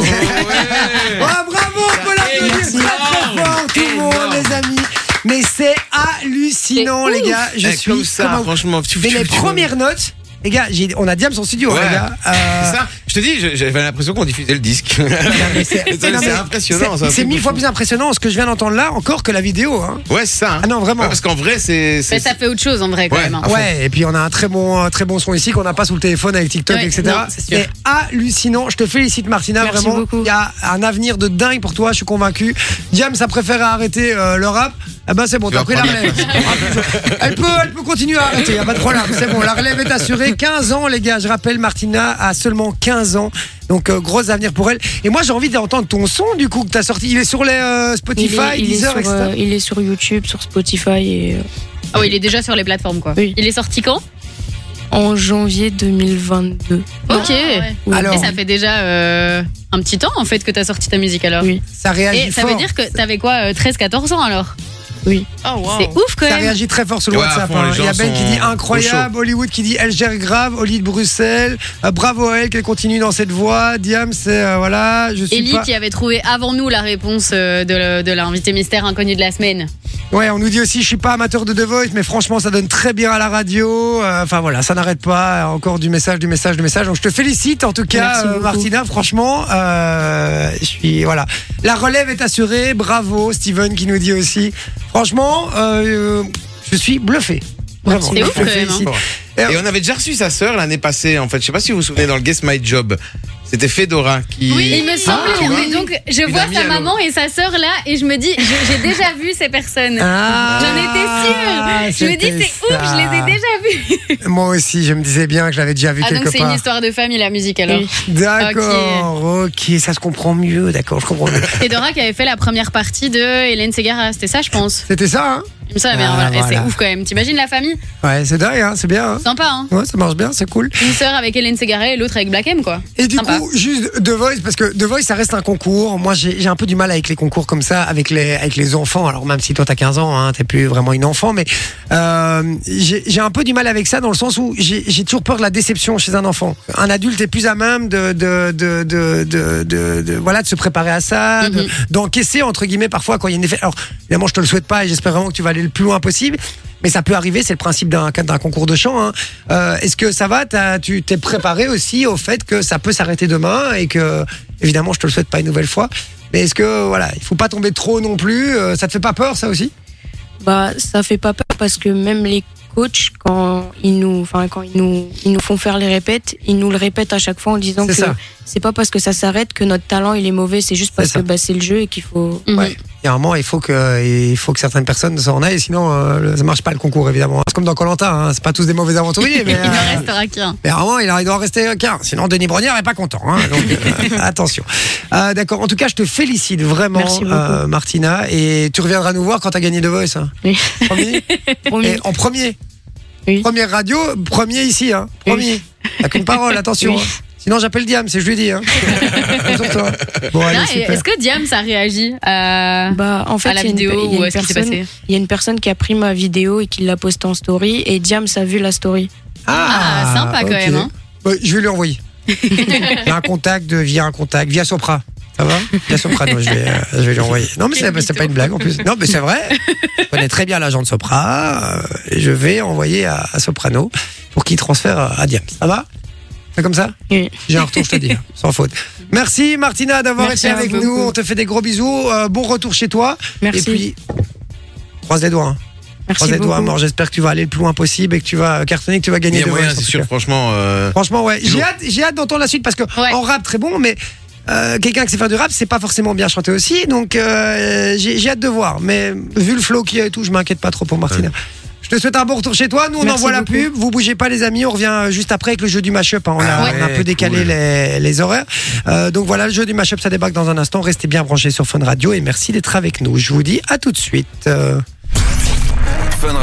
A: Ah, bravo, on peut l'applaudir
B: Merci.
A: très, très fort, tout le monde,
B: Énorme.
A: les amis. Mais c'est hallucinant, les gars. Je
B: Eh,
A: suis
B: comme ça,
A: un-
B: franchement. tu-
A: Mais
B: tu-
A: les
B: tu-
A: premières notes, les gars, j'ai- on a Diams en studio,
B: Ouais.
A: les gars. Euh,
B: C'est ça, je te dis, je- j'avais l'impression qu'on diffusait le disque. C'est
A: non, mais
B: c'est impressionnant.
A: c'est-
B: un
A: C'est
B: truc
A: mille
B: de
A: fois
B: fou.
A: plus impressionnant ce que je viens d'entendre là, encore que la vidéo. hein.
B: Ouais, c'est ça. hein.
A: Ah non, vraiment.
B: Ouais, parce qu'en vrai, c'est. c'est-
D: Mais ça fait autre chose en vrai quand
B: Ouais.
D: même. hein.
B: Ah, fond.
A: Ouais, et puis on a un très bon, un très bon son ici qu'on n'a pas sous le téléphone avec TikTok,
D: Ouais,
A: etc.
D: non, c'est sûr.
A: C'est hallucinant. Je te félicite, Martina.
G: Merci
A: vraiment,
G: beaucoup.
A: il y a un avenir de dingue pour toi. Je suis convaincu. Diam, ça préfère arrêter euh, le rap. Eh ben c'est bon,
B: Tu
A: t'as
B: vas
A: pris la
B: prendre
A: relève. elle peut, elle peut continuer à arrêter. Y a pas de problème. C'est bon, la relève est assurée. 15 ans, les gars. Je rappelle, Martina a seulement 15 ans. Donc euh, gros avenir pour elle. Et moi, j'ai envie d'entendre ton son du coup que t'as sorti. Il est sur les euh,
G: Il
A: Spotify,
G: est, il est
A: Deezer,
G: sur,
A: etc.
G: euh, il est sur YouTube, sur Spotify et euh,
D: Ah oui, il est déjà sur les plateformes quoi.
G: Oui.
D: Il est sorti quand
G: en janvier 2022.
D: Ok.
G: Oui.
A: Alors,
D: Et ça fait déjà euh, un petit temps en fait que t'as sorti ta musique alors.
G: Oui.
A: ça réagit
D: Et ça
A: fort.
D: veut dire que t'avais quoi, 13-14 ans alors
C: Ah, wow.
D: C'est ouf quand
A: Ça
D: même.
A: réagit très fort sur le
B: Ouais, à
A: WhatsApp.
B: fond,
A: hein.
B: les
A: Il y a
B: gens
A: Ben qui
B: sont
A: dit incroyable, Hollywood qui dit elle gère grave, Oli de Bruxelles, euh, bravo à elle qu'elle continue dans cette voie, Diam c'est euh, voilà, je suis
D: Ellie
A: pas.
D: qui avait trouvé avant nous la réponse euh, de le- de l'invité mystère inconnu de la semaine.
A: Ouais, on nous dit aussi je suis pas amateur de The Voice, mais franchement ça donne très bien à la radio. Euh, Enfin voilà, ça n'arrête pas, encore du message, du message, du message. Donc je te félicite en tout cas, euh,
G: Merci beaucoup.
A: Martina, franchement, euh, je suis voilà. La relève est assurée, bravo Steven qui nous dit aussi. Franchement, euh, je suis bluffé. Vraiment.
D: C'est
A: Je
D: ouf,
A: te
D: quand même,
A: félicite.
B: hein. Et on avait déjà reçu sa sœur l'année passée, en fait. Je sais pas si vous vous souvenez dans le Guess My Job. C'était Fedora qui. Ah,
D: Oui, il me semble.
B: tu vois
D: mais donc, je
B: Une
D: vois
B: amie
D: sa
B: à
D: maman et sa sœur là, et je me dis, je- j'ai déjà vu ces personnes.
A: Ah.
D: Ah. J'en étais sûre. Je me dis, c'est ouf, je les ai déjà vues.
A: déjà. Moi aussi, je me disais bien que je l'avais déjà vu
D: Ah, donc
A: quelque
D: c'est une
A: part.
D: histoire de famille, la musique alors.
A: D'accord, ok, ça se comprend mieux, d'accord, je comprends mieux.
D: Et Dora qui avait fait la première partie de Hélène Segara, c'était ça, je pense.
A: C'était ça, hein
D: Il me semble,
A: Ah,
D: voilà. Et
A: voilà.
D: c'est ouf quand même. T'imagines la famille
A: Ouais, c'est dingue, hein, c'est bien, hein
D: Sympa, hein
A: Ouais, ça marche bien, c'est cool.
D: Une sœur avec Hélène Segara et l'autre avec Black M, quoi.
A: Et du
D: Sympa.
A: coup, juste The Voice, parce que The Voice, ça reste un concours. Moi, j'ai j'ai un peu du mal avec les concours comme ça, avec les, avec les enfants. Alors, même si toi, t'as 15 ans, hein, t'es plus vraiment une enfant, mais euh, j'ai j'ai un peu du mal avec ça dans le sens où j'ai j'ai toujours peur de la déception chez un enfant. Un adulte est plus à même de, de, de, de, de, de- de- voilà, de se préparer à ça, de-
D: Mhm.
A: d'encaisser, entre guillemets, parfois, quand il y a une défaite. Alors, évidemment, je te le souhaite pas et j'espère vraiment que tu vas aller le plus loin possible. Mais ça peut arriver, c'est le principe d'un d'un concours de chant. hein. Euh, Est-ce que ça va T'as- Tu t'es préparé aussi au fait que ça peut s'arrêter demain et que, évidemment, je te le souhaite pas une nouvelle fois. Mais est-ce que, voilà, il faut pas tomber trop non plus euh, Ça te fait pas peur, ça aussi
G: Bah, ça fait pas peur parce que même les coachs, quand ils nous, enfin, quand ils nous, ils nous font faire les répètes, ils nous le répètent à chaque fois en disant
A: C'est
G: que
A: ça.
G: c'est pas parce que ça s'arrête que notre talent il est mauvais, c'est juste parce
A: ça.
G: que bah, c'est le jeu et qu'il faut.
D: Mhm.
A: Ouais. Il y a un moment, il faut que, il faut que certaines personnes s'en aillent, sinon euh, le- ça marche pas le concours, évidemment. C'est comme dans Colanta, hein, c'est pas tous des mauvais aventuriers, mais,
D: Il
A: euh,
D: n'en restera qu'un.
A: mais vraiment, il, en- il doit en rester qu'un. Sinon, Denis Brognard est pas content. hein. donc, euh, attention. Euh, D'accord. En tout cas, je te félicite vraiment,
G: Merci beaucoup.
A: euh, Martina, et tu reviendras nous voir quand t'as gagné The Voice. hein.
G: Oui.
A: Promis
G: Promis.
A: Et en premier.
G: Oui.
A: Première radio, premier ici, hein. Premier. T'as qu'une parole, attention.
G: Oui.
A: hein. Sinon, j'appelle Diam, c'est je lui dis. Hein. Sur toi. Bon, allez,
D: Non, et
A: super.
D: Est-ce que Diam, ça réagit à,
G: Bah, en fait,
D: à la
G: il y a une-
D: vidéo
G: il y a
D: ou
G: une
D: à ce qui s'est
G: personne-
D: passé
G: il y a une personne qui a pris ma vidéo et qui l'a postée en story et Diams a vu la story.
D: Ah, sympa quand
A: ok.
D: même, hein.
A: Ouais, je vais lui envoyer. J'ai un contact de, via un contact, via Sopra. Ça va Via Sopra, non, je, vais, euh, je vais lui envoyer. Non, mais c'est c'est pas une blague en plus. Non, mais c'est vrai. Je connais très bien l'agent de Sopra. euh, et je vais envoyer à, à Soprano pour qu'il transfère à, à Diam. Ça va C'est comme ça
G: Oui.
A: J'ai un retour, je te dis, hein, sans faute. Merci Martina d'avoir
G: Merci
A: été
G: à
A: avec
G: vous
A: nous.
G: beaucoup.
A: On te fait des gros bisous. Euh, bon retour chez toi.
G: Merci.
A: Et puis, croise les doigts. hein.
G: Merci
A: Croise les doigts,
G: beaucoup.
A: mort. J'espère que tu vas aller le plus loin possible et que tu vas cartonner, que tu vas
B: Il
A: gagner
B: y a
A: de
B: moyen,
A: Voice, en
B: c'est
A: tout
B: sûr,
A: cas.
B: franchement. euh,
A: Franchement, ouais. J'ai
B: Lourd.
A: hâte, j'ai hâte d'entendre la suite parce que
D: Ouais.
A: en rap, très bon, mais euh, quelqu'un qui sait faire du rap, c'est pas forcément bien chanter aussi. Donc, euh, j'ai j'ai hâte de voir. Mais vu le flow qu'il y a et tout, je m'inquiète pas trop pour Martina. Je te souhaite un bon retour chez toi. Nous, on
G: Merci
A: envoie
G: beaucoup.
A: la pub. Vous bougez pas, les amis. On revient euh, juste après avec le jeu du mashup. hein. On, a-
B: Ah
A: on a un
B: ouais,
A: peu décalé
B: cool.
A: les, les horaires. Euh, donc voilà, le jeu du mashup, ça débarque dans un instant. Restez bien branchés sur Fun Radio et merci d'être avec nous. Je vous dis à tout de suite. Euh,
H: Fun Radio.